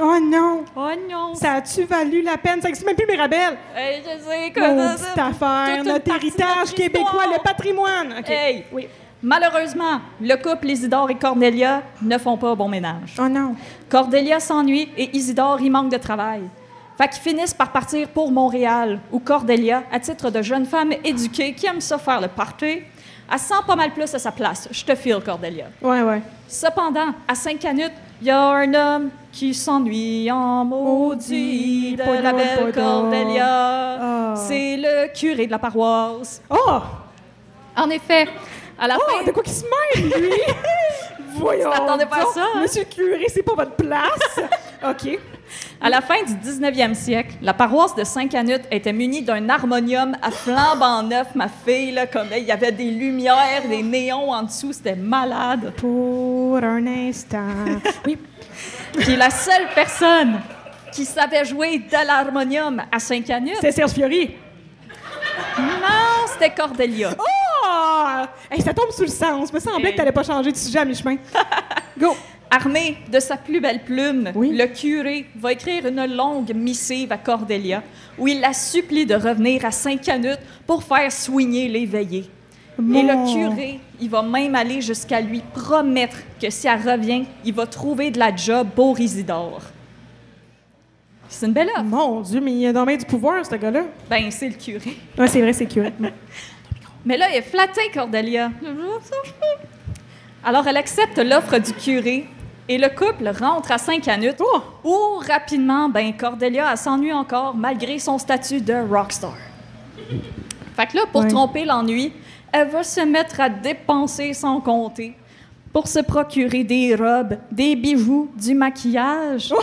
Speaker 1: Oh non!
Speaker 2: Oh non!
Speaker 1: Ça a-tu valu la peine? Ça existe même plus Mirabel!
Speaker 2: Hey, je sais que
Speaker 1: Maudite affaire,
Speaker 2: toute une
Speaker 1: notre
Speaker 2: partie de
Speaker 1: héritage
Speaker 2: notre
Speaker 1: québécois,
Speaker 2: histoire. Euh.
Speaker 1: le patrimoine! OK.
Speaker 2: Hey!
Speaker 1: Oui.
Speaker 2: Malheureusement, le couple Isidore et Cornelia ne font pas bon ménage.
Speaker 1: Oh non!
Speaker 2: Cordelia s'ennuie et Isidore y manque de travail. Fait qu'ils finissent par partir pour Montréal, où Cordelia, à titre de jeune femme éduquée qui aime ça faire le party, elle sent pas mal plus à sa place. Je te file, Cordelia.
Speaker 1: Ouais, ouais.
Speaker 2: Cependant, à Sainte-Canute, il y a un homme qui s'ennuie en maudit de la
Speaker 1: Podon,
Speaker 2: belle
Speaker 1: podon.
Speaker 2: Cordelia.
Speaker 1: Ah.
Speaker 2: C'est le curé de la paroisse.
Speaker 1: Oh!
Speaker 2: En effet, à la
Speaker 1: Oh,
Speaker 2: fin...
Speaker 1: de quoi qu'il se mêle, lui? Voyons!
Speaker 2: Ben. Tu t'attendais pas à
Speaker 1: donc,
Speaker 2: ça, hein?
Speaker 1: Monsieur le curé, c'est pas votre place! OK.
Speaker 2: À la fin du 19e siècle, la paroisse de Saint-Canute était munie d'un harmonium à flambant neuf, ma fille, là, comme il y avait des lumières, des néons en dessous, c'était malade.
Speaker 1: Pour un instant. Oui.
Speaker 2: Puis la seule personne qui savait jouer de l'harmonium à Saint-Canute,
Speaker 1: C'est Serge Fiori.
Speaker 2: non, c'était Cordelia.
Speaker 1: Oh! Hey, ça tombe sous le sens. Il me semblait
Speaker 2: Hey.
Speaker 1: que t'allais pas changer de sujet à mi-chemin. Go!
Speaker 2: Armé de sa plus belle plume,
Speaker 1: Oui.
Speaker 2: le curé va écrire une longue missive à Cordelia où il la supplie de revenir à Saint-Canute pour faire soigner l'éveillé. Et
Speaker 1: Mon-
Speaker 2: le curé, il va même aller jusqu'à lui promettre que si elle revient, il va trouver de la job pour Isidore. C'est une belle offre.
Speaker 1: Mon Dieu, mais il a dans bien du pouvoir, ce gars-là.
Speaker 2: Ben, c'est le curé.
Speaker 1: Ouais, c'est vrai, c'est curé.
Speaker 2: Mais là, elle est flattée, Cordelia. Alors, elle accepte l'offre du curé et le couple rentre à Saint-Canute
Speaker 1: Oh!
Speaker 2: où, rapidement, ben, Cordelia elle s'ennuie encore malgré son statut de rockstar. Fait que là, pour
Speaker 1: Ouais.
Speaker 2: tromper l'ennui, elle va se mettre à dépenser sans compter pour se procurer des robes, des bijoux, du maquillage.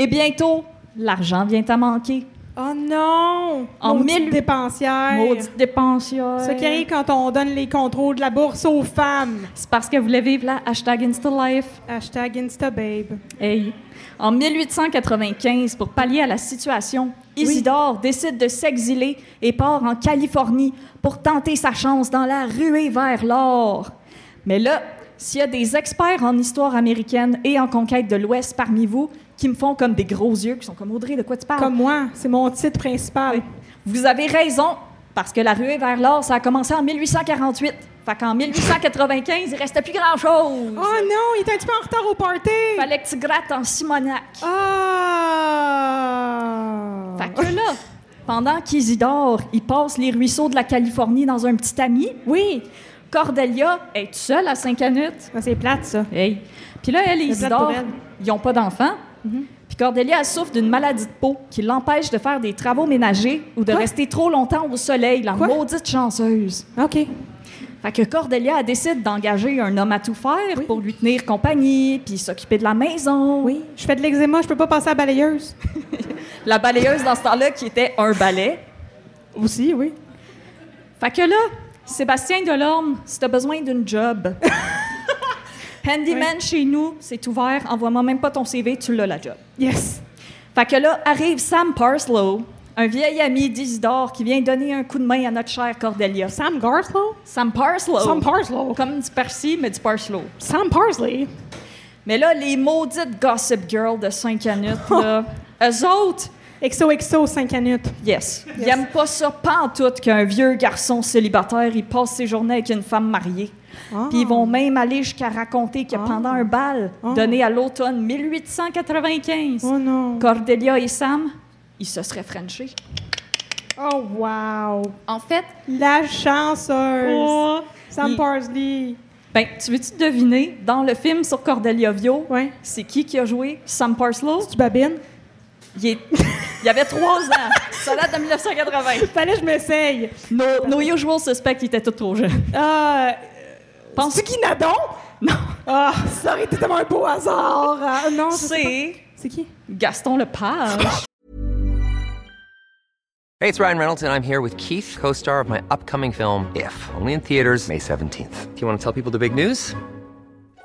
Speaker 2: et bientôt, l'argent vient à manquer.
Speaker 1: Oh non!
Speaker 2: En
Speaker 1: Maudite
Speaker 2: mille-
Speaker 1: dépensière.
Speaker 2: Maudite dépensière.
Speaker 1: Ce qui arrive quand on donne les contrôles de la bourse aux femmes.
Speaker 2: C'est parce que vous voulez vivre la hashtag InstaLife.
Speaker 1: Hashtag InstaBabe.
Speaker 2: Hey. En 1895, pour pallier à la situation, Isidore décide de s'exiler et part en Californie pour tenter sa chance dans la ruée vers l'or. Mais là, s'il y a des experts en histoire américaine et en conquête de l'Ouest parmi vous qui me font comme des gros yeux, qui sont comme Audrey, de quoi tu parles?
Speaker 1: Comme moi, c'est mon titre principal.
Speaker 2: Vous avez raison, parce que la ruée vers l'or, ça a commencé en 1848. Fait qu'en 1895, il restait plus grand-chose.
Speaker 1: Oh non, il est un petit peu en retard au party.
Speaker 2: Fallait que tu grattes en Simonac.
Speaker 1: Ah!
Speaker 2: Fait que là, pendant qu'Isidore, il passe les ruisseaux de la Californie dans un petit ami,
Speaker 1: Oui,
Speaker 2: Cordelia est seule à Saint-Canute.
Speaker 1: Ah, c'est plate ça.
Speaker 2: Hey. Puis là, elle et
Speaker 1: C'est plate pour
Speaker 2: Isidore,
Speaker 1: elle. Mhm.
Speaker 2: ils n'ont pas d'enfants. Puis Cordelia souffre d'une maladie de peau qui l'empêche de faire des travaux ménagers ou de
Speaker 1: Quoi?
Speaker 2: rester trop longtemps au soleil, la
Speaker 1: Quoi?
Speaker 2: maudite chanceuse.
Speaker 1: OK.
Speaker 2: Fait que Cordelia décide d'engager un homme à tout faire
Speaker 1: Oui.
Speaker 2: pour lui tenir compagnie, puis s'occuper de la maison.
Speaker 1: Oui, je fais de l'eczéma, je peux pas passer à balayeuse.
Speaker 2: La balayeuse dans ce temps-là qui était un balai.
Speaker 1: Aussi, oui.
Speaker 2: Fait que là, Sébastien Delorme, si t'as besoin d'une job, handyman chez nous, c'est ouvert, envoie-moi même pas ton CV, tu l'as la job.
Speaker 1: Yes.
Speaker 2: Fait que là, arrive Sam Parslow, un vieil ami d'Isidore qui vient donner un coup de main à notre chère Cordelia.
Speaker 1: Sam Garthlow?
Speaker 2: Sam Parslow.
Speaker 1: Sam Parslow.
Speaker 2: Comme du persil, mais du Parslow.
Speaker 1: Sam Parsley.
Speaker 2: Mais là, les maudites Gossip Girl de 5 minutes, là, eux autres,
Speaker 1: XOXO 5 minutes.
Speaker 2: yes, ils aiment pas ça pantoute qu'un vieux garçon célibataire, il passe ses journées avec une femme mariée.
Speaker 1: Ah.
Speaker 2: Puis ils vont même aller jusqu'à raconter que pendant un bal donné à l'automne 1895,
Speaker 1: Ah. Oh non.
Speaker 2: Cordelia et Sam, ils se seraient frenchés.
Speaker 1: Oh wow.
Speaker 2: En fait,
Speaker 1: La chanceuse.
Speaker 2: Oh.
Speaker 1: Sam
Speaker 2: Il-
Speaker 1: Parsley.
Speaker 2: ben, tu veux-tu deviner, dans le film sur Cordelia Vio,
Speaker 1: Ouais.
Speaker 2: c'est qui qui a joué Sam Parslow?
Speaker 1: Tu babines?
Speaker 2: Il, est- il y avait trois ans. Ça date de 1980.
Speaker 1: Fallait que je m'essaye.
Speaker 2: Nos, nos usual suspects ils étaient tous trop jeunes.
Speaker 1: Ah,
Speaker 2: Pense
Speaker 1: c'est qui Nadon?
Speaker 2: Non.
Speaker 1: Ah, ça aurait été tellement un beau hasard. Ah, non, je sais
Speaker 2: C'est
Speaker 1: pas. C'est qui?
Speaker 2: Gaston Lepage.
Speaker 4: Hey, it's Ryan Reynolds, and I'm here with Keith, co star of my upcoming film, If, only in theaters, May 17th. Do you want to tell people the big news?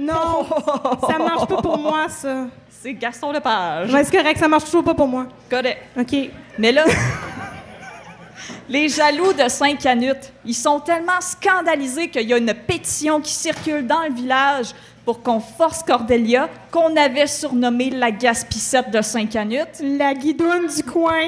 Speaker 1: Non, ça marche pas pour moi, ça.
Speaker 2: C'est Gaston Lepage.
Speaker 1: Ouais, c'est correct, ça marche toujours pas pour moi.
Speaker 2: Correct.
Speaker 1: OK.
Speaker 2: Mais là, les jaloux de Saint-Canute, ils sont tellement scandalisés qu'il y a une pétition qui circule dans le village pour qu'on force Cordelia, qu'on avait surnommée la Gaspissette de Saint-Canute,
Speaker 1: La guidoune du coin.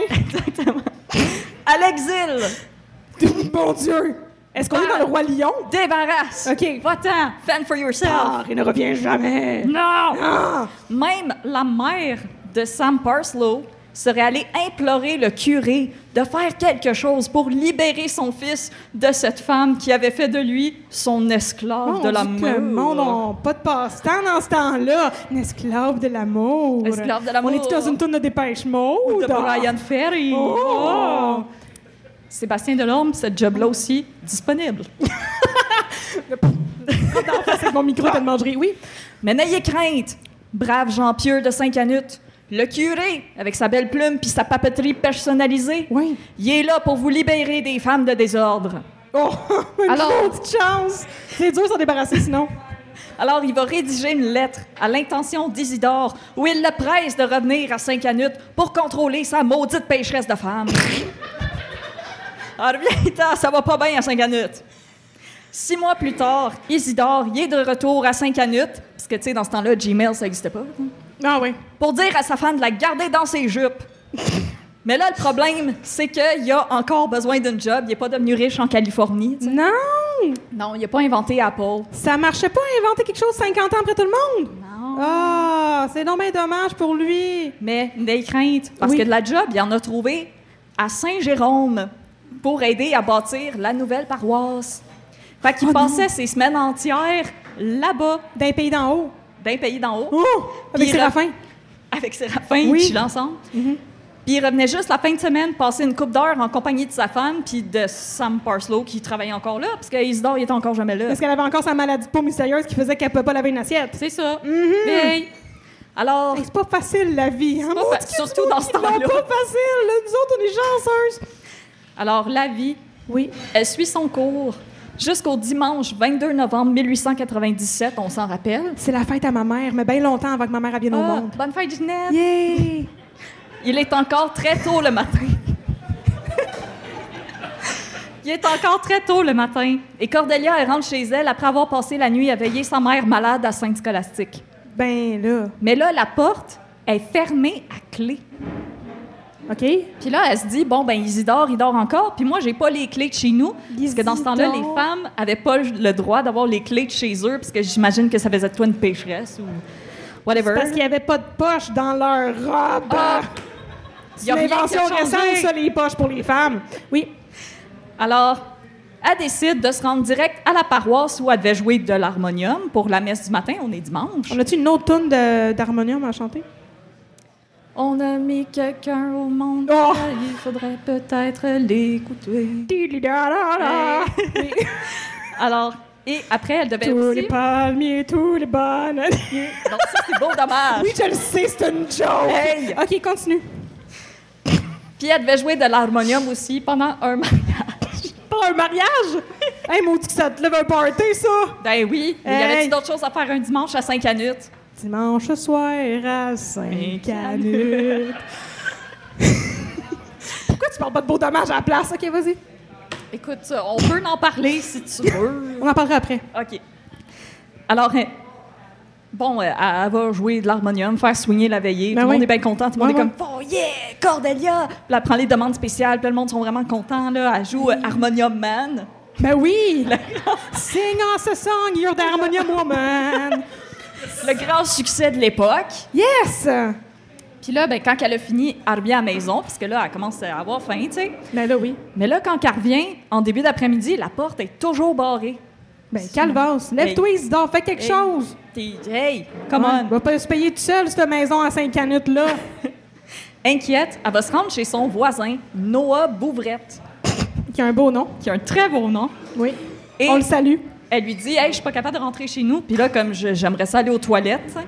Speaker 2: à l'exil.
Speaker 1: Mon Dieu! Est-ce qu'on est dans le Roi Lion?
Speaker 2: Débarrasse.
Speaker 1: OK.
Speaker 2: Va-t'en. Fan for yourself.
Speaker 1: Ah, il ne revient jamais!
Speaker 2: Non!
Speaker 1: Ah!
Speaker 2: Même la mère de Sam Parslow serait allée implorer le curé de faire quelque chose pour libérer son fils de cette femme qui avait fait de lui son esclave
Speaker 1: Oh, On
Speaker 2: Oh, de
Speaker 1: dit
Speaker 2: l'amour.
Speaker 1: que le monde n'a pas de passe-temps dans ce temps-là. Un esclave de l'amour.
Speaker 2: Esclave de l'amour.
Speaker 1: On est dans une tourne de dépêche mode.
Speaker 2: de Brian Ferry.
Speaker 1: hein. Oh!
Speaker 2: Oh! Sébastien Delorme, ce job-là aussi, disponible.
Speaker 1: C'est mon micro, te le mangerais. Oui.
Speaker 2: Mais n'ayez crainte, brave Jean-Pierre de Saint-Canute, le curé, avec sa belle plume puis sa papeterie personnalisée,
Speaker 1: Oui.
Speaker 2: il est là pour vous libérer des femmes de désordre.
Speaker 1: Oh! Une
Speaker 2: Alors-
Speaker 1: petite chance! C'est dur de s'en débarrasser sinon.
Speaker 2: Alors, il va rédiger une lettre à l'intention d'Isidore où il le presse de revenir à Saint-Canute pour contrôler sa maudite pécheresse de femme. Alors, reviens ça va pas bien à Saint-Canute. Six mois plus tard, Isidore y est de retour à Saint-Canute, parce que, tu sais, dans ce temps-là, Gmail, ça n'existait pas, hein,
Speaker 1: Ah oui.
Speaker 2: pour dire à sa femme de la garder dans ses jupes. Mais là, le problème, c'est qu'il a encore besoin d'un job. Il n'est pas devenu riche en Californie. tu sais.
Speaker 1: Non!
Speaker 2: Non, il n'a pas inventé Apple.
Speaker 1: Ça marchait pas inventer quelque chose 50 ans après tout le monde?
Speaker 2: Non.
Speaker 1: Ah! c'est donc bien dommage pour lui.
Speaker 2: Mais des craintes, parce
Speaker 1: Oui.
Speaker 2: que de la job, il en a trouvé à Saint-Jérôme pour aider à bâtir la nouvelle paroisse. Fait
Speaker 1: Oh
Speaker 2: qu'il passait ses semaines entières là-bas,
Speaker 1: D'un pays d'en haut.
Speaker 2: d'un pays d'en haut,
Speaker 1: Oh! Avec
Speaker 2: Puis il
Speaker 1: Séraphin.
Speaker 2: avec Séraphin,
Speaker 1: Oui. Mm-hmm.
Speaker 2: oui. ensemble. Puis il revenait juste la fin de semaine, passer une coupe d'heure en compagnie de sa femme, puis de Sam Parslow, qui travaillait encore là, parce qu'Isidore, il était encore jamais là.
Speaker 1: Parce qu'elle avait encore sa maladie de peau mystérieuse qui faisait qu'elle pouvait pas laver une assiette.
Speaker 2: C'est ça.
Speaker 1: Mm-hmm.
Speaker 2: Veille. Alors,
Speaker 1: Hey, c'est pas facile la vie. Hein?
Speaker 2: pas
Speaker 1: Maudit
Speaker 2: fa-
Speaker 1: que du
Speaker 2: surtout
Speaker 1: monde
Speaker 2: dans ce
Speaker 1: qui l'ont
Speaker 2: temps-là.
Speaker 1: pas facile. là. Nous autres, on est chanceuses.
Speaker 2: alors, la vie
Speaker 1: Oui.
Speaker 2: Elle suit son cours jusqu'au dimanche 22 novembre 1897, on s'en rappelle.
Speaker 1: C'est la fête à ma mère, mais bien longtemps avant que ma mère elle vienne au
Speaker 2: Ah,
Speaker 1: monde.
Speaker 2: bonne fête, Ginette!
Speaker 1: Yay!
Speaker 2: Il est encore très tôt le matin. Il est encore très tôt le matin. Et Cordelia, elle rentre chez elle après avoir passé la nuit à veiller sa mère malade à Sainte-Scolastique.
Speaker 1: Ben là.
Speaker 2: Mais là, la porte est fermée à clé.
Speaker 1: OK?
Speaker 2: Puis là, elle se dit, bon, ben Isidore, il dort encore. Puis moi, j'ai pas les clés de chez nous. Parce que dans ce temps-là, les
Speaker 1: Isidore.
Speaker 2: femmes avaient pas le droit d'avoir les clés de chez eux, parce que j'imagine que ça faisait de toi une pécheresse ou whatever.
Speaker 1: Parce qu'il n'y avait pas de poche dans leur robe.
Speaker 2: Ah!
Speaker 1: C'est une invention récente,
Speaker 2: ça.
Speaker 1: ça, les poches pour les femmes. Oui.
Speaker 2: Alors, elle décide de se rendre direct à la paroisse où elle devait jouer de l'harmonium pour la messe du matin. On est dimanche.
Speaker 1: On a-tu une autre toune de- d'harmonium à chanter?
Speaker 2: On a mis quelqu'un au monde.
Speaker 1: Oh!
Speaker 2: Il faudrait peut-être l'écouter. Eh
Speaker 1: Di-di-da-da-da.
Speaker 2: Ah! Alors, et après, elle devait
Speaker 1: Tous
Speaker 2: aussi...
Speaker 1: les palmiers, tous les bananiers.
Speaker 2: Donc ça, c'est beau, dommage.
Speaker 1: Oui, je le sais, c'est une joke.
Speaker 2: Hey!
Speaker 1: OK, continue.
Speaker 2: Puis elle devait jouer de l'harmonium aussi pendant un mariage.
Speaker 1: Pas un mariage? hey, maudit que ça te lève un party, ça!
Speaker 2: Ben oui, mais y avait-tu
Speaker 1: Hey!
Speaker 2: d'autres choses à faire un dimanche à 5 minutes?
Speaker 1: Dimanche soir à 5 canuts. Pourquoi tu parles pas de beau dommage à la place? OK, vas-y.
Speaker 2: Écoute, euh, on peut en parler si tu veux.
Speaker 1: On en parlera après.
Speaker 2: OK. Alors, hein, bon, euh, elle elle va jouer de l'harmonium, faire soigner la veillée.
Speaker 1: Ben
Speaker 2: tout le monde
Speaker 1: oui.
Speaker 2: est bien content. Tout le monde
Speaker 1: Ouais,
Speaker 2: est comme, oh yeah, Cordelia! Puis elle prend les demandes spéciales. Puis le monde sont vraiment contents. Là. Elle joue euh, Harmonium Man.
Speaker 1: Ben oui! Sing us a song, you're the harmonium woman!
Speaker 2: Le grand succès de l'époque.
Speaker 1: Yes!
Speaker 2: Puis là, ben, quand elle a fini, elle revient à la maison, parce que là, elle commence à avoir faim, tu sais.
Speaker 1: Ben là, oui.
Speaker 2: Mais là, quand elle revient, en début d'après-midi, la porte est toujours barrée.
Speaker 1: Ben, calvas. Lève-toi, Isidore, fais quelque
Speaker 2: Hey,
Speaker 1: chose!
Speaker 2: T'es, hey, come
Speaker 1: Ouais,
Speaker 2: on.
Speaker 1: Va pas se payer tout seul, cette maison à 5 canuts, là.
Speaker 2: Inquiète, elle va se rendre chez son voisin, Noah Bouvrette,
Speaker 1: Qui a un beau nom.
Speaker 2: qui a un très beau nom.
Speaker 1: Oui.
Speaker 2: Et-
Speaker 1: On le salue.
Speaker 2: Elle lui dit, hey, je suis pas capable de rentrer chez nous. Puis là, comme je- j'aimerais ça aller aux toilettes, tu sais.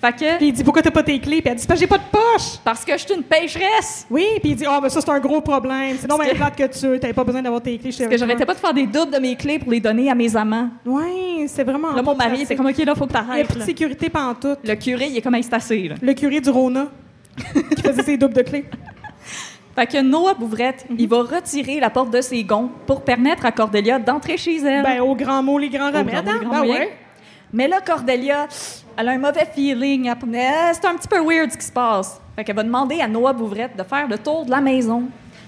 Speaker 2: fait
Speaker 1: Puis
Speaker 2: que,
Speaker 1: il dit Pourquoi t'as pas tes clés? Puis elle dit C'est parce que j'ai pas de poche!
Speaker 2: parce que je suis une pêcheresse,
Speaker 1: Oui, puis il dit Ah, ben ça, c'est un gros problème. C'est non, mais
Speaker 2: que-
Speaker 1: plate que tu es. T'avais pas besoin d'avoir tes clés.
Speaker 2: parce que j'arrêtais pas de faire des doubles de mes clés pour les donner à mes amants.
Speaker 1: Oui, c'est vraiment.
Speaker 2: Là, mon mari, c'est comme, OK, là, faut que
Speaker 1: Il n'y a
Speaker 2: t'arrêtes.
Speaker 1: plus de
Speaker 2: là.
Speaker 1: sécurité pantoute.
Speaker 2: Le curé, il est comme instassé, là.
Speaker 1: Le curé du Rona qui faisait ses doubles de clés.
Speaker 2: Fait que Noah Bouvrette,
Speaker 1: Mhm.
Speaker 2: il va retirer la porte de ses gonds pour permettre à Cordelia d'entrer chez elle.
Speaker 1: Ben, au grand mot, les grands
Speaker 2: Au
Speaker 1: remèdes.
Speaker 2: grand
Speaker 1: hein?
Speaker 2: moyen.
Speaker 1: Ben ouais.
Speaker 2: Ah Mais là, Cordelia, elle a un mauvais feeling. Elle- euh, C'est un petit peu weird ce qui se passe. Fait qu'elle va demander à Noah Bouvrette de faire le tour de la maison.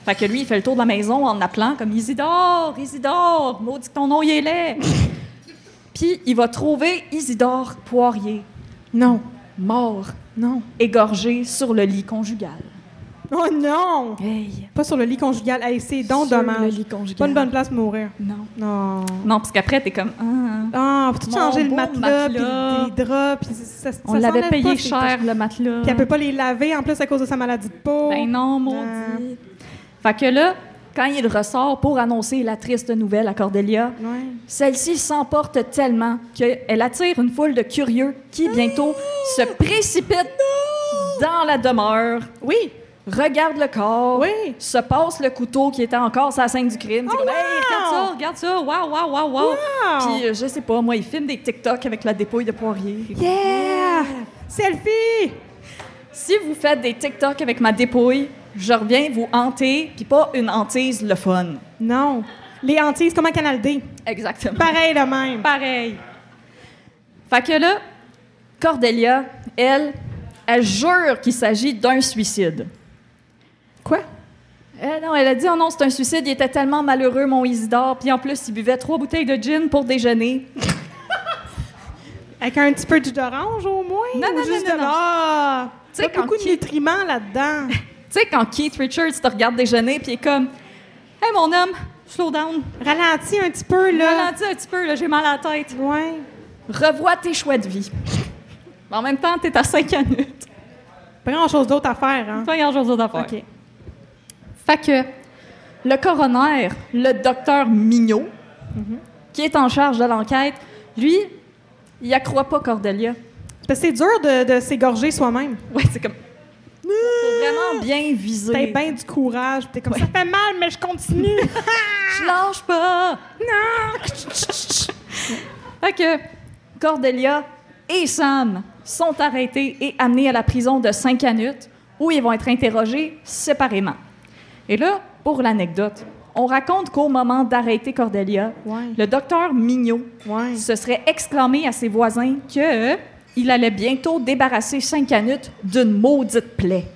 Speaker 2: Fait que lui, il fait le tour de la maison en appelant comme Isidore, Isidore, maudit que ton nom, il est laid. Puis il va trouver Isidore Poirier,
Speaker 1: Non,
Speaker 2: mort,
Speaker 1: non.
Speaker 2: égorgé sur le lit conjugal.
Speaker 1: Oh non!
Speaker 2: Hey!
Speaker 1: Pas sur le lit conjugal. Hey, c'est donc
Speaker 2: Sur
Speaker 1: dommage.
Speaker 2: le lit conjugal.
Speaker 1: Pas une bonne place pour mourir.
Speaker 2: Non.
Speaker 1: Non.
Speaker 2: Non, parce qu'après, t'es comme. Ah.
Speaker 1: Ah, faut tout
Speaker 2: Mon
Speaker 1: changer le
Speaker 2: beau
Speaker 1: matelas,
Speaker 2: matelas.
Speaker 1: puis les draps, puis ça, ça
Speaker 2: On
Speaker 1: ça
Speaker 2: l'avait
Speaker 1: s'enlève
Speaker 2: payé
Speaker 1: pas, ces
Speaker 2: cher, le matelas.
Speaker 1: Puis elle peut pas les laver en plus à cause de sa maladie de peau.
Speaker 2: Mm. Ben non, maudit. Fait que là, quand il ressort pour annoncer la triste nouvelle à Cordelia,
Speaker 1: Ouais.
Speaker 2: celle-ci s'emporte tellement qu'elle attire une foule de curieux qui bientôt se précipitent dans la demeure,
Speaker 1: Oui.
Speaker 2: regardent le corps,
Speaker 1: Oui.
Speaker 2: se passe le couteau qui était encore sur la scène du crime. C'est
Speaker 1: Oh,
Speaker 2: comme, Hey,
Speaker 1: wow!
Speaker 2: regarde ça, regarde ça, waouh, waouh, waouh, waouh.
Speaker 1: Wow!
Speaker 2: Puis euh, je sais pas, moi, ils filment des TikTok avec la dépouille de Poirier.
Speaker 1: Yeah! Selfie!
Speaker 2: Si vous faites des TikTok avec ma dépouille, je reviens vous hanter, puis pas une hantise le fun.
Speaker 1: Non. Les hantises, comment Canal D?
Speaker 2: Exactement.
Speaker 1: Pareil le même.
Speaker 2: pareil. Fait que là, Cordelia, elle, elle jure qu'il s'agit d'un suicide.
Speaker 1: Quoi?
Speaker 2: Eh non, elle a dit, oh non, c'est un suicide, il était tellement malheureux, mon Isidore, puis en plus, il buvait trois bouteilles de gin pour déjeuner.
Speaker 1: Avec un petit peu de jus d'orange au moins?
Speaker 2: Non,
Speaker 1: ou
Speaker 2: non,
Speaker 1: juste
Speaker 2: non, non,
Speaker 1: de-
Speaker 2: non.
Speaker 1: Ah!
Speaker 2: Tu sais,
Speaker 1: Pas beaucoup
Speaker 2: quand
Speaker 1: de
Speaker 2: qui-
Speaker 1: nutriments là-dedans.
Speaker 2: Tu sais, quand Keith Richards te regarde déjeuner, puis il est comme, hey mon homme, slow down,
Speaker 1: Ralentis un petit peu, là.
Speaker 2: ralentis un petit peu, là, j'ai mal à la tête.
Speaker 1: Ouais.
Speaker 2: revois tes choix de vie. Mais en même temps, t'es à 5 minutes.
Speaker 1: Pas grand-chose d'autre à faire, hein?
Speaker 2: Pas grand-chose d'affaires.
Speaker 1: OK.
Speaker 2: Fait que le coroner, le docteur Mignot, qui est en charge de l'enquête, lui, il accroît pas Cordelia.
Speaker 1: Parce que c'est dur de, de s'égorger soi-même.
Speaker 2: Ouais, c'est comme... Faut vraiment bien viser.
Speaker 1: T'as bien du courage. T'es comme, ça fait mal, mais je continue.
Speaker 2: Je lâche pas!
Speaker 1: non!
Speaker 2: Fait que Cordelia et Sam sont arrêtés et amenés à la prison de saint canutes où ils vont être interrogés séparément. Et là, pour l'anecdote, on raconte qu'au moment d'arrêter Cordelia,
Speaker 1: Ouais.
Speaker 2: le docteur Mignot
Speaker 1: Ouais.
Speaker 2: se serait exclamé à ses voisins que euh, il allait bientôt débarrasser saint canutes d'une maudite plaie.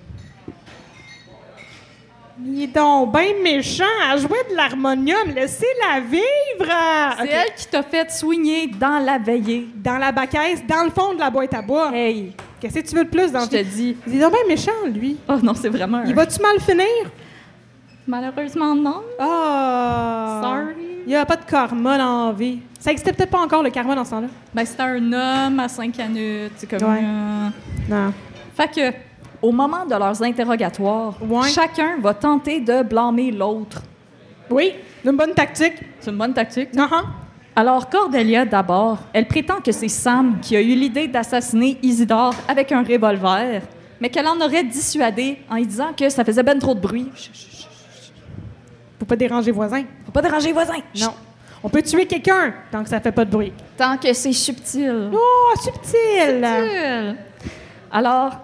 Speaker 1: Il est donc bien méchant à jouer de l'harmonium. Laissez-la vivre!
Speaker 2: C'est
Speaker 1: Ok.
Speaker 2: elle qui t'a fait soigner dans la veillée.
Speaker 1: Dans la bacaisse, dans le fond de la boîte à bois.
Speaker 2: Hey,
Speaker 1: Qu'est-ce que tu veux de plus dans
Speaker 2: Eh. je
Speaker 1: le
Speaker 2: te dis.
Speaker 1: Il est donc bien méchant, lui.
Speaker 2: Oh non, c'est vraiment. un-
Speaker 1: Il va-tu mal finir?
Speaker 2: Malheureusement, non.
Speaker 1: Ah!
Speaker 2: Sorry.
Speaker 1: Il n'y a pas de karma dans la vie. Ça n'existait peut-être pas encore, le karma, dans ce temps-là.
Speaker 2: Ben, c'était un homme à cinq années. C'est comme.
Speaker 1: Ouais.
Speaker 2: euh,
Speaker 1: Non.
Speaker 2: Fait que, au moment de leurs interrogatoires,
Speaker 1: Ouais.
Speaker 2: chacun va tenter de blâmer l'autre.
Speaker 1: Oui, une bonne tactique.
Speaker 2: C'est une bonne tactique.
Speaker 1: Non, hein?
Speaker 2: Alors, Cordelia, d'abord, elle prétend que c'est Sam qui a eu l'idée d'assassiner Isidore avec un revolver, mais qu'elle en aurait dissuadé en lui disant que ça faisait ben trop de bruit. Chut, chut, chut.
Speaker 1: Faut pas déranger voisin.
Speaker 2: Faut pas déranger les voisins.
Speaker 1: Non. On peut tuer quelqu'un tant que ça fait pas de bruit.
Speaker 2: Chut. Tant que c'est subtil.
Speaker 1: Oh, subtil!
Speaker 2: Alors,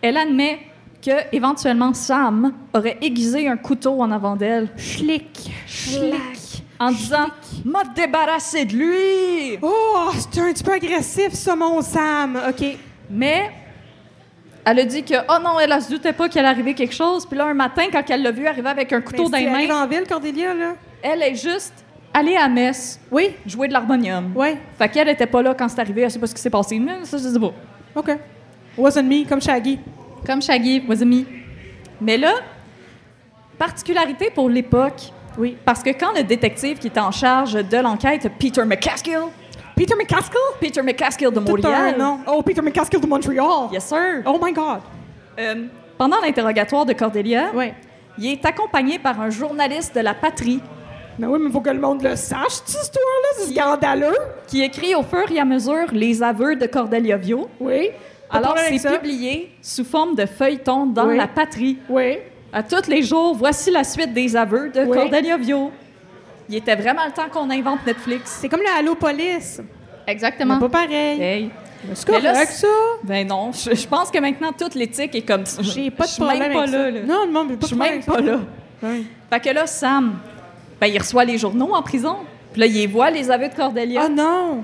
Speaker 2: elle admet que éventuellement Sam aurait aiguisé un couteau en avant d'elle
Speaker 1: Schlick. Schlick.
Speaker 2: en disant M'a débarrassé de lui
Speaker 1: Oh, c'est un petit peu agressif, ça, mon Sam. OK.
Speaker 2: Mais elle a dit que oh non, elle ne se doutait pas qu'il allait arriver quelque chose. Puis là, un matin, quand elle l'a vu arriver avec un couteau Ben, dans
Speaker 1: Mais
Speaker 2: les
Speaker 1: Ben, si elle arrive
Speaker 2: mains,
Speaker 1: en ville, Cordelia, là.
Speaker 2: elle est juste allée à messe
Speaker 1: Oui.
Speaker 2: jouer de l'harmonium.
Speaker 1: Ouais.
Speaker 2: Fait qu'elle n'était pas là quand c'est arrivé. Elle sait pas ce qui s'est passé. Mais ça, je sais pas.
Speaker 1: OK. Wasn't me, comme Shaggy.
Speaker 2: Comme Shaggy, was it me? Mais là, particularité pour l'époque,
Speaker 1: Oui.
Speaker 2: parce que quand le détective qui était en charge de l'enquête, Peter McCaskill,
Speaker 1: Peter McCaskill?
Speaker 2: Peter McCaskill de
Speaker 1: Tout un
Speaker 2: Montréal,
Speaker 1: nom. Oh, Peter McCaskill de Montreal.
Speaker 2: yes sir,
Speaker 1: Oh my God.
Speaker 2: Euh, pendant l'interrogatoire de Cordelia,
Speaker 1: Oui.
Speaker 2: il est accompagné par un journaliste de la patrie
Speaker 1: Mais Ben oui, mais faut que le monde le sache, cette histoire-là. C'est scandaleux.
Speaker 2: qui écrit au fur et à mesure les aveux de Cordelia Vio.
Speaker 1: Oui. Pas de
Speaker 2: Alors,
Speaker 1: problème avec
Speaker 2: c'est
Speaker 1: ça.
Speaker 2: publié sous forme de feuilleton dans
Speaker 1: Oui.
Speaker 2: la patrie.
Speaker 1: Oui.
Speaker 2: À tous les jours, voici la suite des aveux de
Speaker 1: Oui.
Speaker 2: Cordelia Vio. Il était vraiment le temps qu'on invente Netflix.
Speaker 1: C'est comme le Halo Police.
Speaker 2: Exactement.
Speaker 1: Pas pareil.
Speaker 2: Hey.
Speaker 1: C'est
Speaker 2: Mais là,
Speaker 1: correct,
Speaker 2: c'est-
Speaker 1: ça.
Speaker 2: Ben non, je, je pense que maintenant toute l'éthique est comme ça.
Speaker 1: J'ai pas
Speaker 2: Je
Speaker 1: de
Speaker 2: suis même
Speaker 1: problème
Speaker 2: pas
Speaker 1: avec ça.
Speaker 2: là, là.
Speaker 1: Non, non, mais pas
Speaker 2: Je
Speaker 1: de
Speaker 2: suis
Speaker 1: problème
Speaker 2: même
Speaker 1: avec ça.
Speaker 2: pas là.
Speaker 1: Oui.
Speaker 2: Fait que là, Sam, ben, il reçoit les journaux en prison. Puis là, il voit les aveux de Cordelia.
Speaker 1: Ah non!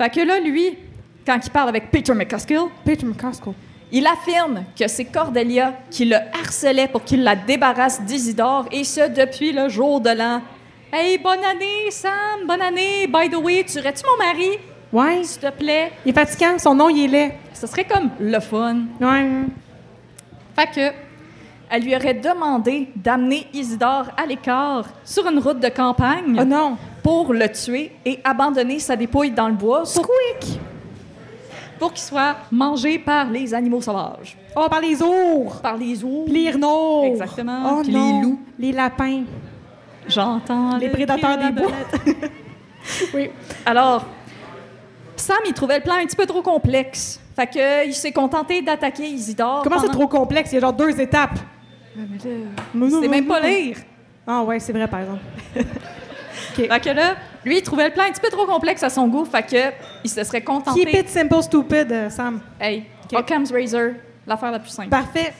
Speaker 2: Fait que là, lui, quand il parle avec Peter McCaskill,
Speaker 1: Peter McCaskill.
Speaker 2: il affirme que c'est Cordelia qui le harcelait pour qu'il la débarrasse d'Isidore, et ce, depuis le jour de l'an. Hey, bonne année, Sam, bonne année. By the way, tu aurais-tu mon mari,
Speaker 1: Ouais.
Speaker 2: s'il te plaît?
Speaker 1: Il est fatigant, son nom, il est laid.
Speaker 2: Ce serait comme le fun.
Speaker 1: Ouais. hein.
Speaker 2: Fait que, elle lui aurait demandé d'amener Isidore à l'écart sur une route de campagne.
Speaker 1: Oh non!
Speaker 2: pour le tuer et abandonner sa dépouille dans le bois pour,
Speaker 1: Squeak!
Speaker 2: pour qu'il soit mangé par les animaux sauvages,
Speaker 1: Oh, par les ours!
Speaker 2: par les ours.
Speaker 1: Puis les renards!
Speaker 2: Exactement.
Speaker 1: Oh
Speaker 2: Puis les
Speaker 1: non.
Speaker 2: loups.
Speaker 1: Les lapins!
Speaker 2: J'entends
Speaker 1: Les
Speaker 2: le
Speaker 1: prédateurs
Speaker 2: cri de
Speaker 1: des
Speaker 2: la
Speaker 1: bois! oui.
Speaker 2: Alors, Sam, il trouvait le plan un petit peu trop complexe. Fait que euh, il s'est contenté d'attaquer Isidore.
Speaker 1: Comment c'est
Speaker 2: pendant-
Speaker 1: trop complexe? Il y a genre deux étapes.
Speaker 2: C'est même pas lire.
Speaker 1: Ah ouais, c'est vrai, par exemple.
Speaker 2: Fait que là, lui, il trouvait le plan un petit peu trop complexe à son goût. Fait que il se serait contenté.
Speaker 1: Keep it simple, stupid, euh, Sam.
Speaker 2: Hey, Occam's Razor, l'affaire la plus simple.
Speaker 1: Parfait.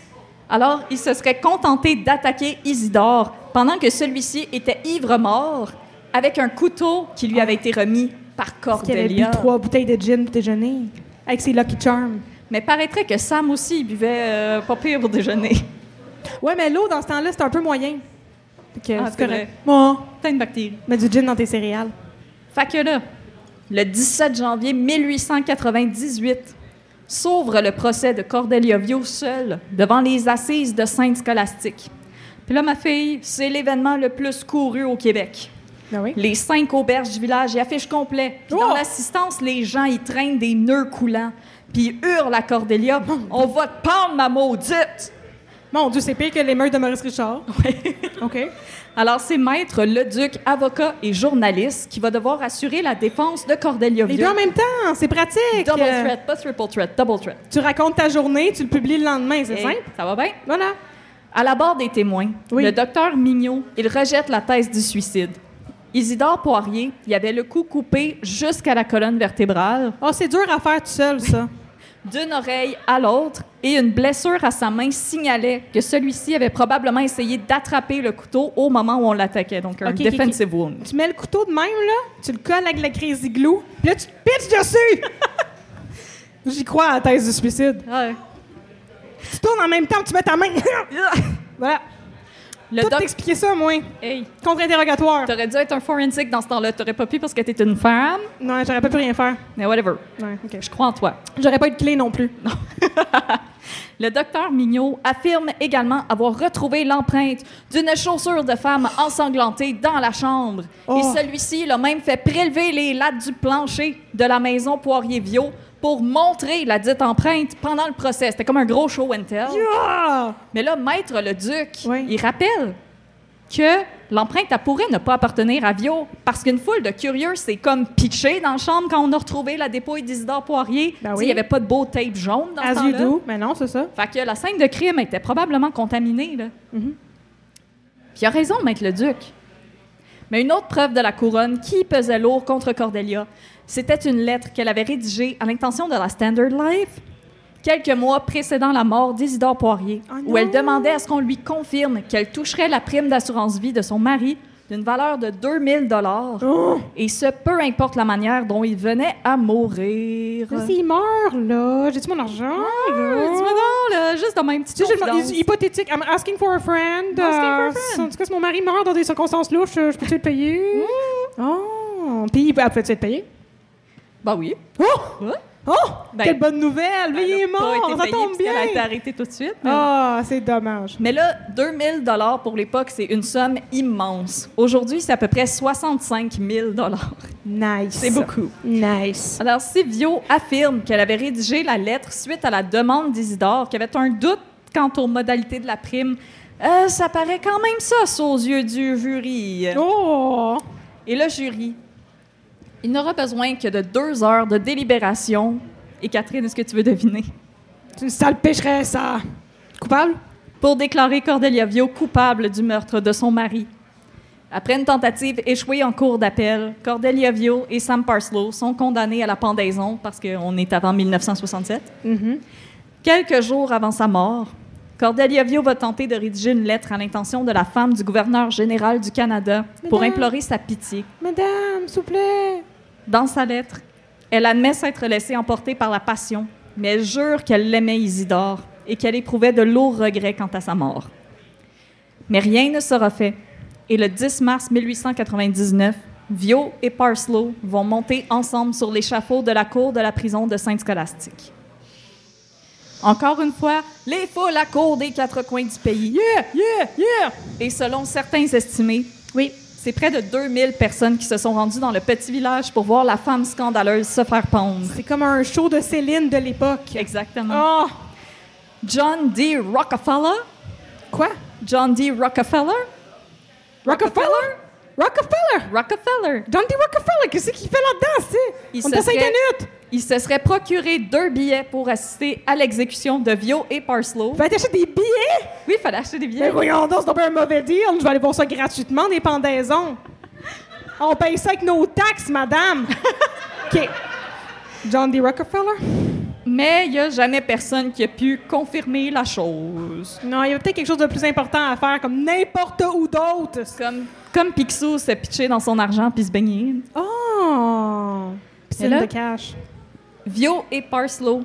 Speaker 2: Alors, il se serait contenté d'attaquer Isidore pendant que celui-ci était ivre-mort avec un couteau qui lui avait été remis par
Speaker 1: Il avait bu
Speaker 2: Cordelia.
Speaker 1: trois bouteilles de gin pour déjeuner. Avec ses Lucky Charms.
Speaker 2: Mais paraîtrait que Sam aussi il buvait euh, pas pire pour déjeuner.
Speaker 1: Ouais, mais l'eau, dans ce temps-là, c'est un peu moyen. Fait que
Speaker 2: Ah,
Speaker 1: c'est
Speaker 2: c'est
Speaker 1: correct.
Speaker 2: vrai.
Speaker 1: Moi,
Speaker 2: T'as une bactérie.
Speaker 1: mets du gin dans tes céréales.
Speaker 2: Fait que là, le 17 janvier 1898, s'ouvre le procès de Cordelia Vio seul devant les assises de Sainte-Scolastique. Puis là, ma fille, c'est l'événement le plus couru au Québec.
Speaker 1: Ben oui.
Speaker 2: Les cinq auberges du village, ils affichent complet. Puis
Speaker 1: Oh!
Speaker 2: Dans l'assistance, les gens, ils traînent des nœuds coulants. Puis ils hurlent à Cordelia On va te pendre, ma maudite
Speaker 1: Mon Dieu, c'est pire que les meurtres de Maurice Richard.
Speaker 2: Oh,
Speaker 1: OK.
Speaker 2: Alors, c'est Maître Leduc, avocat et journaliste, qui va devoir assurer la défense de Cordelia
Speaker 1: Les
Speaker 2: Vieux.
Speaker 1: deux en même temps, c'est pratique.
Speaker 2: Double
Speaker 1: Euh,
Speaker 2: threat, pas triple threat, double threat.
Speaker 1: Tu racontes ta journée, tu le publies le lendemain, c'est
Speaker 2: Hey,
Speaker 1: simple.
Speaker 2: ça va bien?
Speaker 1: Voilà.
Speaker 2: À la barre des témoins,
Speaker 1: Oui.
Speaker 2: le docteur Mignot, il rejette la thèse du suicide. Isidore Poirier, il avait le cou coupé jusqu'à la colonne vertébrale,
Speaker 1: Oh, c'est dur à faire tout seul, ça.
Speaker 2: d'une oreille à l'autre, et une blessure à sa main signalait que celui-ci avait probablement essayé d'attraper le couteau au moment où on l'attaquait, donc un
Speaker 1: Ok, ok, ok.
Speaker 2: defensive wound.
Speaker 1: tu mets le couteau de même, là, tu le colles avec la crazy glue, puis là, tu te pitches dessus! J'y crois à la thèse du suicide. Tu tournes en même temps, tu mets ta main. voilà.
Speaker 2: Le
Speaker 1: Tout
Speaker 2: doc-
Speaker 1: expliquer ça, moi.
Speaker 2: Hey,
Speaker 1: Contre-interrogatoire.
Speaker 2: t'aurais dû être un forensic dans ce temps-là. T'aurais pas pu parce que t'es une femme.
Speaker 1: Non, j'aurais pas pu rien faire.
Speaker 2: Mais whatever.
Speaker 1: Ouais, ok.
Speaker 2: Je crois en toi.
Speaker 1: J'aurais pas eu de clé non plus.
Speaker 2: Le docteur Mignot affirme également avoir retrouvé l'empreinte d'une chaussure de femme ensanglantée dans la chambre. Et
Speaker 1: Oh.
Speaker 2: celui-ci l'a même fait prélever les lattes du plancher de la maison Poirier-Viau pour montrer la dite empreinte pendant le procès. C'était comme un gros show and tell.
Speaker 1: Ah!
Speaker 2: Mais là, Maître le Duc,
Speaker 1: Oui.
Speaker 2: il rappelle que l'empreinte elle pourrait ne pas appartenir à Vio parce qu'une foule de curieux s'est comme pitchée dans la chambre quand on a retrouvé la dépouille d'Isidore Poirier.
Speaker 1: Ben
Speaker 2: Tu sais,
Speaker 1: oui.
Speaker 2: Il n'y avait pas de beau tape jaune dans ce
Speaker 1: As you
Speaker 2: temps-là.
Speaker 1: do. Mais non, c'est ça.
Speaker 2: Fait que la scène de crime était probablement contaminée. Là.
Speaker 1: Mhm.
Speaker 2: Puis il a raison, Maître le Duc. Mais une autre preuve de la couronne qui pesait lourd contre Cordelia, c'était une lettre qu'elle avait rédigée à l'intention de la Standard Life quelques mois précédant la mort d'Isidore Poirier,
Speaker 1: Oh
Speaker 2: où elle
Speaker 1: non!
Speaker 2: demandait à ce qu'on lui confirme qu'elle toucherait la prime d'assurance-vie de son mari d'une valeur de 2000 dollars,
Speaker 1: Oh!
Speaker 2: et ce, peu importe la manière dont il venait à mourir.
Speaker 1: Mais s'il meurt, là, j'ai-tu mon argent?
Speaker 2: Ah,
Speaker 1: là?
Speaker 2: Dis-moi donc, là, juste dans ma
Speaker 1: Tu
Speaker 2: petite
Speaker 1: sais, j'ai demandé-
Speaker 2: confidence.
Speaker 1: hypothétique. I'm asking for a
Speaker 2: Asking
Speaker 1: friend.
Speaker 2: for a
Speaker 1: Euh,
Speaker 2: friend.
Speaker 1: En tout cas, si mon mari meurt dans des circonstances louches, euh, je peux-tu le payer? Oh! Puis, il peut- elle peut-tu être payée?
Speaker 2: Bah oui.
Speaker 1: Oh!
Speaker 2: Quoi?
Speaker 1: Oh!
Speaker 2: Ben,
Speaker 1: Quelle bonne nouvelle!
Speaker 2: Elle
Speaker 1: Veillez
Speaker 2: a pas été
Speaker 1: mort! Ça
Speaker 2: payée
Speaker 1: tombe
Speaker 2: puisqu'elle a été
Speaker 1: bien!
Speaker 2: arrêtée tout de suite. Mais,
Speaker 1: Ah, c'est dommage.
Speaker 2: mais là, 2000 dollars pour l'époque, c'est une somme immense. Aujourd'hui, c'est à peu près 65 000 dollars.
Speaker 1: Nice.
Speaker 2: C'est beaucoup.
Speaker 1: Nice.
Speaker 2: Alors, si Vio affirme qu'elle avait rédigé la lettre suite à la demande d'Isidore, qu'il y avait un doute quant aux modalités de la prime, euh, ça paraît quand même ça aux yeux du jury.
Speaker 1: Oh!
Speaker 2: Et le jury, il n'aura besoin que de deux heures de délibération. Et Catherine, est-ce que tu veux deviner?
Speaker 1: C'est une sale pécheresse, ça! Coupable?
Speaker 2: pour déclarer Cordelia Vio coupable du meurtre de son mari. Après une tentative échouée en cours d'appel, Cordelia Vio et Sam Parslow sont condamnés à la pendaison parce qu'on est avant 1967. Quelques jours avant sa mort, Cordelia Vio va tenter de rédiger une lettre à l'intention de la femme du gouverneur général du Canada pour
Speaker 1: Madame.
Speaker 2: implorer sa pitié.
Speaker 1: Madame, s'il vous plaît!
Speaker 2: Dans sa lettre, elle admet s'être laissée emporter par la passion, mais elle jure qu'elle l'aimait Isidore et qu'elle éprouvait de lourds regrets quant à sa mort. Mais rien ne sera fait. Et le 10 mars 1899, Vio et Parslow vont monter ensemble sur l'échafaud de la cour de la prison de Sainte-Scolastique. Encore une fois, les foules à cour des quatre coins du pays.
Speaker 1: Yeah, yeah, yeah!
Speaker 2: Et selon certains estimés, oui, c'est près de 2000 personnes qui se sont rendues dans le petit village pour voir la femme scandaleuse se faire pendre.
Speaker 1: C'est comme un show de Céline de l'époque.
Speaker 2: Exactement.
Speaker 1: Oh!
Speaker 2: John D. Rockefeller.
Speaker 1: Quoi?
Speaker 2: John D. Rockefeller.
Speaker 1: Rockefeller? Rockefeller!
Speaker 2: Rockefeller.
Speaker 1: John D. Rockefeller, qu'est-ce qu'il fait là-dedans, c'est?
Speaker 2: Il
Speaker 1: On
Speaker 2: se
Speaker 1: est à 5
Speaker 2: serait-
Speaker 1: minutes!
Speaker 2: Il se serait procuré deux billets pour assister à l'exécution de Vio et Parslow.
Speaker 1: Va t'acheter des billets?
Speaker 2: Oui, il fallait acheter des
Speaker 1: Mais
Speaker 2: billets.
Speaker 1: voyons donc, c'est donc pas un mauvais deal. Je vais aller voir ça gratuitement, des pendaisons. On paye ça avec nos taxes, madame. OK. John D. Rockefeller?
Speaker 2: Mais il n'y a jamais personne qui a pu confirmer la chose.
Speaker 1: Non, il y a peut-être quelque chose de plus important à faire, comme n'importe où d'autre.
Speaker 2: Comme, comme Picsou s'est pitché dans son argent puis se baigner.
Speaker 1: Oh! Piscine
Speaker 2: Mais là-
Speaker 1: de cash.
Speaker 2: Vio et Parslow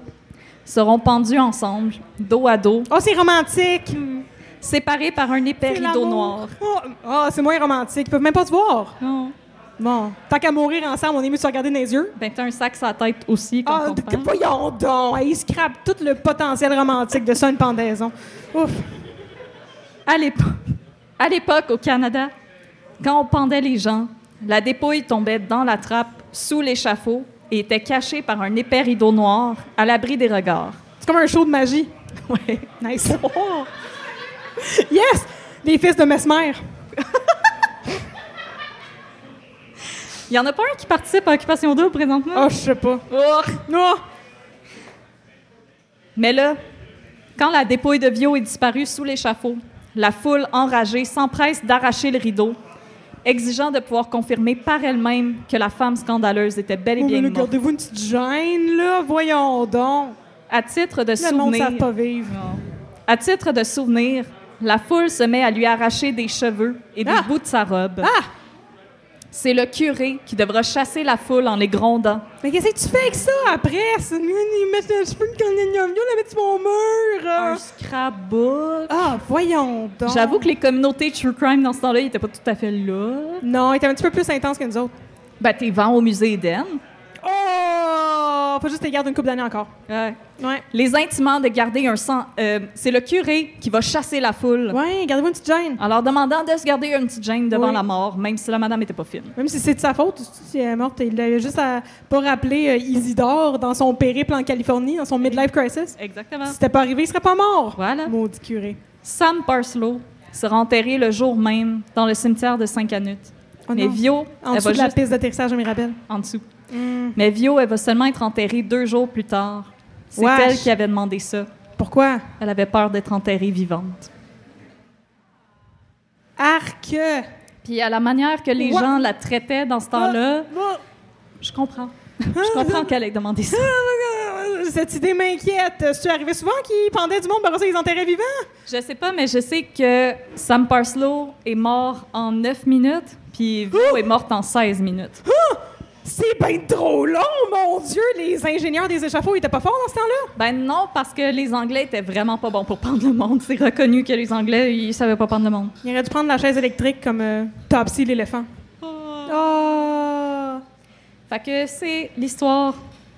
Speaker 2: seront pendus ensemble, dos à dos,
Speaker 1: Oh, c'est romantique!
Speaker 2: séparés par un épais
Speaker 1: C'est
Speaker 2: Hmm. rideau
Speaker 1: l'amour.
Speaker 2: noir.
Speaker 1: Oh, oh, c'est moins romantique. Ils peuvent même pas se voir.
Speaker 2: Oh.
Speaker 1: Bon, tant qu'à mourir ensemble, on est mieux de se regarder dans les yeux.
Speaker 2: Ben, t'as un sac sur la tête aussi, comme
Speaker 1: Ah,
Speaker 2: on
Speaker 1: d-
Speaker 2: comprend.
Speaker 1: voyons donc! Ils scrapent tout le potentiel romantique de ça, une pendaison. Ouf!
Speaker 2: À l'époque, à l'époque, au Canada, quand on pendait les gens, la dépouille tombait dans la trappe, sous l'échafaud, et était cachée par un épais rideau noir, à l'abri des regards.
Speaker 1: C'est comme un show de magie.
Speaker 2: Ouais.
Speaker 1: Nice.
Speaker 2: Oh!
Speaker 1: yes! Les fils de Mesmer.
Speaker 2: Ah. Il y en a pas un qui participe à Occupation Double présentement?
Speaker 1: Oh, je sais pas. Ah!
Speaker 2: Oh.
Speaker 1: Non!
Speaker 2: Mais là, quand la dépouille de Vio est disparue sous l'échafaud, la foule enragée s'empresse d'arracher le rideau, exigeant de pouvoir confirmer par elle-même que la femme scandaleuse était bel et
Speaker 1: Oh, mais
Speaker 2: bien
Speaker 1: là,
Speaker 2: morte.
Speaker 1: gardez-vous une petite gêne, là. Voyons donc.
Speaker 2: À titre de
Speaker 1: Le monde ne
Speaker 2: souvenir,
Speaker 1: pas vivre.
Speaker 2: à titre de souvenir, la foule se met à lui arracher des cheveux et des
Speaker 1: Ah!
Speaker 2: bouts de sa robe.
Speaker 1: Ah!
Speaker 2: C'est le curé qui devra chasser la foule en les grondant.
Speaker 1: Mais qu'est-ce que tu fais avec ça après? C'est une, une, une, je peux une cognagnamio, la mettre sur mon mur. euh.
Speaker 2: Un scrapbook.
Speaker 1: Ah, voyons donc.
Speaker 2: J'avoue que les communautés true crime dans ce temps-là, ils étaient pas tout à fait là.
Speaker 1: Non, il était un petit peu plus intense que nous autres.
Speaker 2: Ben, t'es vent au musée Eden.
Speaker 1: Oh! Faut juste les garder une couple d'années encore. Ouais.
Speaker 2: Les intimants de garder un sang. euh, c'est le curé qui va chasser la foule
Speaker 1: Ouais, gardez-vous une petite gêne.
Speaker 2: en leur demandant de se garder une petite gêne devant
Speaker 1: Oui.
Speaker 2: la mort, même si la madame était pas fine.
Speaker 1: Même si c'est de sa faute, si elle est morte, il avait juste à pas rappeler euh, Isidore dans son périple en Californie, dans son midlife crisis.
Speaker 2: Exactement.
Speaker 1: Si c'était pas arrivé, il serait pas mort.
Speaker 2: Voilà.
Speaker 1: Maudit curé.
Speaker 2: Sam Parslow sera enterré le jour même dans le cimetière de Saint-Canut.
Speaker 1: Oh
Speaker 2: Mais
Speaker 1: non.
Speaker 2: Vio,
Speaker 1: En
Speaker 2: elle
Speaker 1: dessous
Speaker 2: va
Speaker 1: de la
Speaker 2: juste
Speaker 1: piste Hmm. d'atterrissage, je me rappelle.
Speaker 2: en dessous. Mais Vio, elle va seulement être enterrée deux jours plus tard. C'est
Speaker 1: Wesh.
Speaker 2: elle qui avait demandé ça.
Speaker 1: Pourquoi?
Speaker 2: Elle avait peur d'être enterrée vivante.
Speaker 1: Arc!
Speaker 2: Puis à la manière que les
Speaker 1: Ouais.
Speaker 2: gens la traitaient dans ce temps-là,
Speaker 1: Oh,
Speaker 2: je comprends. je comprends qu'elle ait demandé ça.
Speaker 1: oh, Cette idée m'inquiète. C'est arrivé souvent qu'ils pendaient du monde, par ça, ils enterraient vivants?
Speaker 2: Je sais pas, mais je sais que Sam Parslow est mort en 9 minutes, puis Vio est morte en 16 minutes.
Speaker 1: Hein? C'est bien trop long, mon Dieu! Les ingénieurs des échafauds, ils étaient pas forts dans ce temps-là?
Speaker 2: Ben non, parce que les Anglais étaient vraiment pas bons pour prendre le monde. C'est reconnu que les Anglais, ils savaient pas prendre le monde.
Speaker 1: Il aurait dû prendre la chaise électrique comme euh, Topsy l'éléphant. Ah. Oh!
Speaker 2: Ah. Fait que c'est l'histoire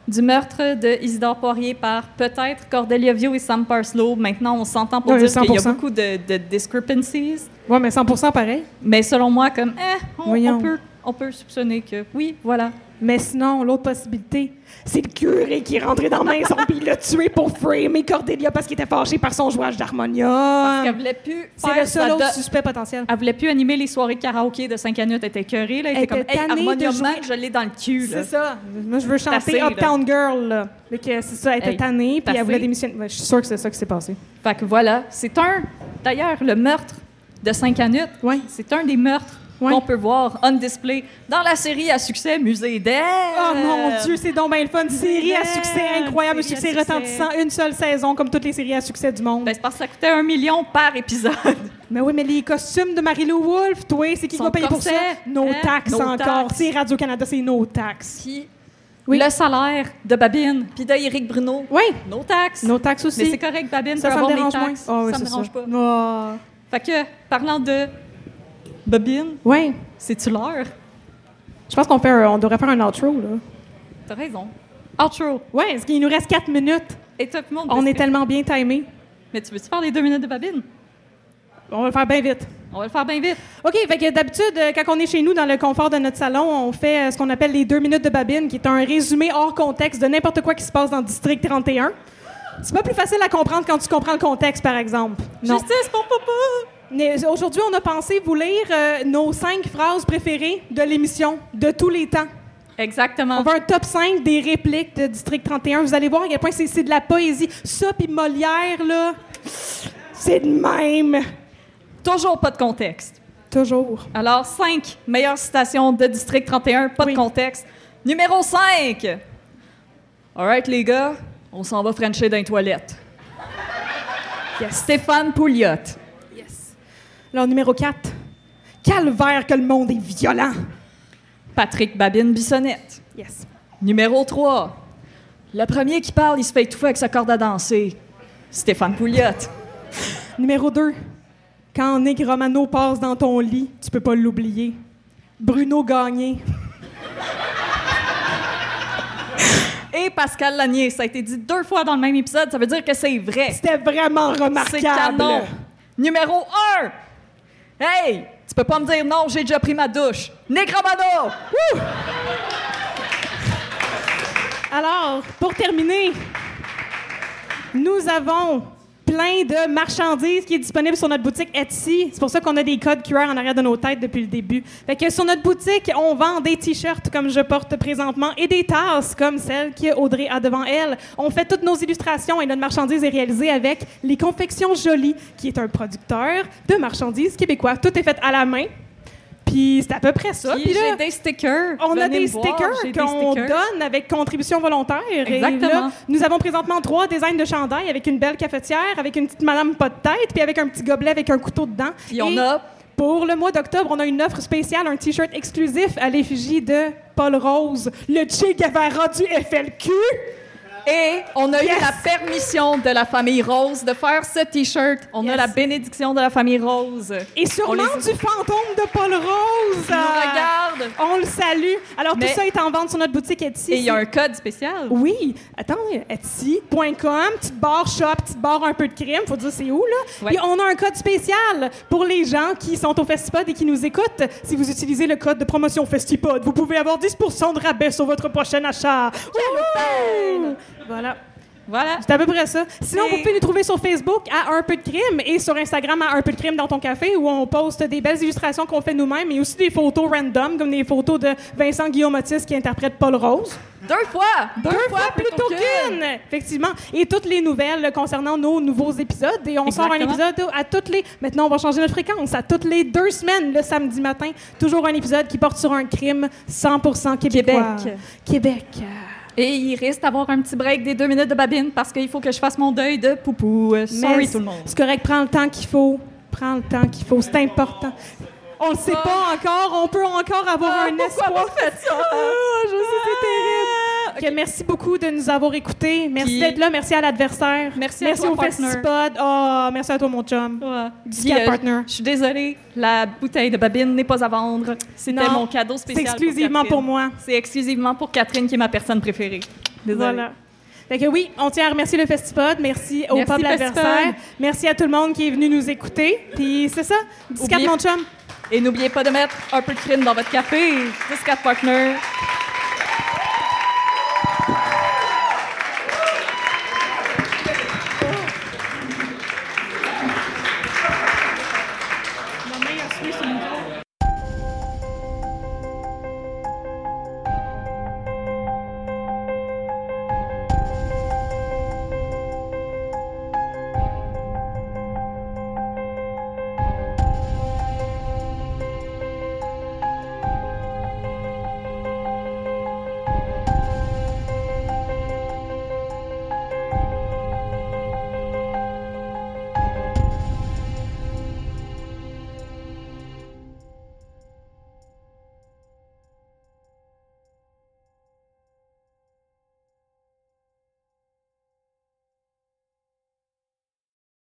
Speaker 2: du meurtre de Isidore Poirier par peut-être Cordelia Vio et Sam Parslow. Maintenant, on s'entend pour
Speaker 1: Oui,
Speaker 2: dire qu'il y a
Speaker 1: 100%.
Speaker 2: beaucoup de, de discrepancies.
Speaker 1: Ouais, mais 100 pareil.
Speaker 2: Mais selon moi, comme, eh, on,
Speaker 1: Voyons. Ah.
Speaker 2: on peut, on peut soupçonner que oui, voilà.
Speaker 1: Mais sinon, l'autre possibilité, c'est le curé qui est rentré dans la maison puis il l'a tué pour framer Cordelia parce qu'il était fâché par son jouage
Speaker 2: Qu'elle
Speaker 1: d'harmonium.
Speaker 2: voulait plus
Speaker 1: C'est
Speaker 2: faire
Speaker 1: le seul
Speaker 2: sa
Speaker 1: autre
Speaker 2: do-
Speaker 1: suspect potentiel.
Speaker 2: Elle voulait plus animer les soirées karaoké de 5 années, elle était curée, là. Elle,
Speaker 1: Elle
Speaker 2: était comme,
Speaker 1: était
Speaker 2: hey,
Speaker 1: tannée de
Speaker 2: harmonium
Speaker 1: jouer-
Speaker 2: Man, je l'ai dans le cul, là.
Speaker 1: C'est ça. Moi, je veux
Speaker 2: assez,
Speaker 1: chanter
Speaker 2: là.
Speaker 1: Uptown Girl. Là. Fait que c'est ça, elle était
Speaker 2: Hey,
Speaker 1: tannée puis
Speaker 2: assez.
Speaker 1: elle voulait démissionner. Ouais, je suis sûre que c'est ça qui s'est passé.
Speaker 2: Fait que voilà, c'est un. D'ailleurs, le meurtre de Saint-Canut,
Speaker 1: Ouais.
Speaker 2: c'est un des meurtres
Speaker 1: Ouais.
Speaker 2: qu'on peut voir on display dans la série à succès Musée d'Air.
Speaker 1: Oh mon Dieu, c'est donc bien le fun. Série à
Speaker 2: Yes,
Speaker 1: succès incroyable,
Speaker 2: série à
Speaker 1: succès
Speaker 2: succès.
Speaker 1: retentissant, une seule saison comme toutes les séries à succès du monde.
Speaker 2: Ben, c'est parce que ça coûtait un million par épisode.
Speaker 1: Mais oui, mais les costumes de Marie-Lou Wolfe, toi, c'est qui qui
Speaker 2: Son
Speaker 1: va payer pour ça?
Speaker 2: corset,
Speaker 1: Nos
Speaker 2: hein,
Speaker 1: taxes
Speaker 2: nos
Speaker 1: encore.
Speaker 2: taxes.
Speaker 1: C'est Radio-Canada, c'est nos taxes.
Speaker 2: Puis
Speaker 1: Oui.
Speaker 2: le salaire de Babine, puis d'Éric Bruno.
Speaker 1: Oui,
Speaker 2: Nos taxes.
Speaker 1: nos taxes aussi.
Speaker 2: Mais c'est correct, Babine
Speaker 1: Ça,
Speaker 2: peut
Speaker 1: ça me
Speaker 2: avoir
Speaker 1: dérange
Speaker 2: les
Speaker 1: moins.
Speaker 2: taxes.
Speaker 1: Ah oui,
Speaker 2: ça me
Speaker 1: c'est
Speaker 2: dérange pas.
Speaker 1: Ah.
Speaker 2: Fait que, parlant de Babine,
Speaker 1: Ouais.
Speaker 2: c'est-tu l'heure?
Speaker 1: Je pense qu'on fait un- on devrait faire un outro, là.
Speaker 2: T'as raison. Outro.
Speaker 1: Ouais, parce qu'il nous reste 4 minutes.
Speaker 2: Et toi, tout le monde,
Speaker 1: On
Speaker 2: parce
Speaker 1: est
Speaker 2: que-
Speaker 1: tellement bien timés.
Speaker 2: Mais tu veux-tu faire les deux minutes de Babine?
Speaker 1: On va le faire bien vite.
Speaker 2: On va le faire bien vite.
Speaker 1: OK, fait que d'habitude, euh, quand on est chez nous, dans le confort de notre salon, on fait euh, ce qu'on appelle les deux minutes de babine, qui est un résumé hors contexte de n'importe quoi qui se passe dans le district 31. C'est pas plus facile à comprendre quand tu comprends le contexte, par exemple. Non.
Speaker 2: Justice pour papa!
Speaker 1: Mais euh, Aujourd'hui, on a pensé vous lire euh, nos cinq phrases préférées de l'émission, de tous les temps.
Speaker 2: Exactement.
Speaker 1: On va un top 5 des répliques de District 31. Vous allez voir à quel point c'est c'est de la poésie. Ça, puis Molière, là, c'est de même.
Speaker 2: Toujours pas de contexte.
Speaker 1: Toujours.
Speaker 2: Alors, 5 meilleures citations de District 31, pas
Speaker 1: Oui.
Speaker 2: de contexte. Numéro 5. Alright, les gars, on s'en va Frencher dans les toilettes. Stéphane Pouliot.
Speaker 1: Alors, numéro 4. Calvaire que le monde est violent.
Speaker 2: Patrick Babine Bissonnette.
Speaker 1: Yes.
Speaker 2: Numéro 3. Le premier qui parle, il se fait étouffer avec sa corde à danser. Stéphane Pouliot.
Speaker 1: Numéro 2. Quand Nick Romano passe dans ton lit, tu peux pas l'oublier. Bruno Gagné.
Speaker 2: Et Pascal Lanier. Ça a été dit deux fois dans le même épisode, ça veut dire que c'est vrai.
Speaker 1: C'était vraiment
Speaker 2: C'est
Speaker 1: remarquable.
Speaker 2: canon. Numéro 1. Hey, tu peux pas me dire non, j'ai déjà pris ma douche. Nécromano!
Speaker 1: Alors, pour terminer, nous avons plein de marchandises qui est disponible sur notre boutique Etsy. C'est pour ça qu'on a des codes QR en arrière de nos têtes depuis le début. Fait que sur notre boutique, on vend des t-shirts comme je porte présentement et des tasses comme celle que Audrey a devant elle. On fait toutes nos illustrations et notre marchandise est réalisée avec Les Confections Jolies, qui est un producteur de marchandises québécois. Tout est fait à la main. Puis c'est à peu près ça. Puis là-
Speaker 2: J'ai des stickers.
Speaker 1: on a
Speaker 2: Venez
Speaker 1: des
Speaker 2: me voir,
Speaker 1: stickers
Speaker 2: j'ai des
Speaker 1: qu'on
Speaker 2: stickers.
Speaker 1: donne avec contribution volontaire.
Speaker 2: Exactement.
Speaker 1: Et là, nous avons présentement trois designs de chandail avec une belle cafetière, avec une petite madame pas de tête, puis avec un petit gobelet avec un couteau dedans.
Speaker 2: Puis on
Speaker 1: Et
Speaker 2: a
Speaker 1: Pour le mois d'octobre, on a une offre spéciale, un T-shirt exclusif à l'effigie de Paul Rose, le Che Guevara du FLQ.
Speaker 2: Et on a
Speaker 1: Yes!
Speaker 2: eu la permission de la famille Rose de faire ce T-shirt. On a
Speaker 1: Yes.
Speaker 2: la bénédiction de la famille Rose.
Speaker 1: Et
Speaker 2: On
Speaker 1: sûrement
Speaker 2: les-
Speaker 1: du fantôme de Paul Rose.
Speaker 2: Ils nous regarde.
Speaker 1: On le salue. Alors, tout
Speaker 2: Mais-
Speaker 1: ça est en vente sur notre boutique Etsy.
Speaker 2: Et il y a un code spécial.
Speaker 1: Oui, attends, Etsy.com, petite barre shop, petite barre un peu de crème, faut dire c'est où là.
Speaker 2: Ouais.
Speaker 1: Et on a un code spécial pour les gens qui sont au Festipod et qui nous écoutent. Si vous utilisez le code de promotion Festipod, vous pouvez avoir 10% de rabais sur votre prochain achat. Wouhou! Voilà.
Speaker 2: Voilà.
Speaker 1: C'est à peu près ça. Sinon,
Speaker 2: Et-
Speaker 1: vous pouvez nous trouver sur Facebook à Un peu de crime et sur Instagram à Un peu de crime dans ton café où on poste des belles illustrations qu'on fait nous-mêmes mais aussi des photos random comme des photos de Vincent Guillaume Otis qui interprète Paul Rose.
Speaker 2: Deux fois! Deux,
Speaker 1: Deux fois plutôt qu'une! Effectivement. Et toutes les nouvelles concernant nos nouveaux épisodes. Et on sort un
Speaker 2: Exactement.
Speaker 1: épisode à toutes les. Maintenant, on va changer notre fréquence. À toutes les deux semaines, le samedi matin, toujours un épisode qui porte sur un crime 100% québécois.
Speaker 2: Québec.
Speaker 1: Québec.
Speaker 2: Et il risque d'avoir un petit break des deux minutes de babine parce qu'il faut que je fasse mon deuil de poupou. Euh, Sorry
Speaker 1: Mais
Speaker 2: tout le monde.
Speaker 1: C'est correct. Prends le temps qu'il faut. Prends le temps qu'il faut. C'est important. On le sait
Speaker 2: Oh.
Speaker 1: pas encore. On peut encore avoir un espoir.
Speaker 2: fait ça?
Speaker 1: Ah, je sais, c'est terrible. Ok, Merci beaucoup de nous avoir écoutés.
Speaker 2: Ah, Puis-
Speaker 1: Merci d'être là. Merci à l'adversaire.
Speaker 2: Merci à
Speaker 1: merci
Speaker 2: toi,
Speaker 1: au
Speaker 2: partner.
Speaker 1: Festipod. Oh, merci à toi, mon chum. Dis à partner.
Speaker 2: Je suis désolée, la bouteille de babine n'est pas à vendre. C'était
Speaker 1: Non,
Speaker 2: mon cadeau spécial.
Speaker 1: c'est exclusivement pour
Speaker 2: Catherine.
Speaker 1: moi.
Speaker 2: C'est exclusivement pour Catherine qui est ma personne préférée. Désolée.
Speaker 1: Voilà. Fait que oui, on tient à remercier le Festipod. Merci au
Speaker 2: Merci,
Speaker 1: peuple
Speaker 2: Festipod.
Speaker 1: adversaire. Merci à tout le monde qui est venu nous écouter. Puis c'est ça. Discap,
Speaker 2: Oubliez-
Speaker 1: mon chum.
Speaker 2: Et n'oubliez pas de mettre un peu de crème dans votre café. Jusqu'à partner.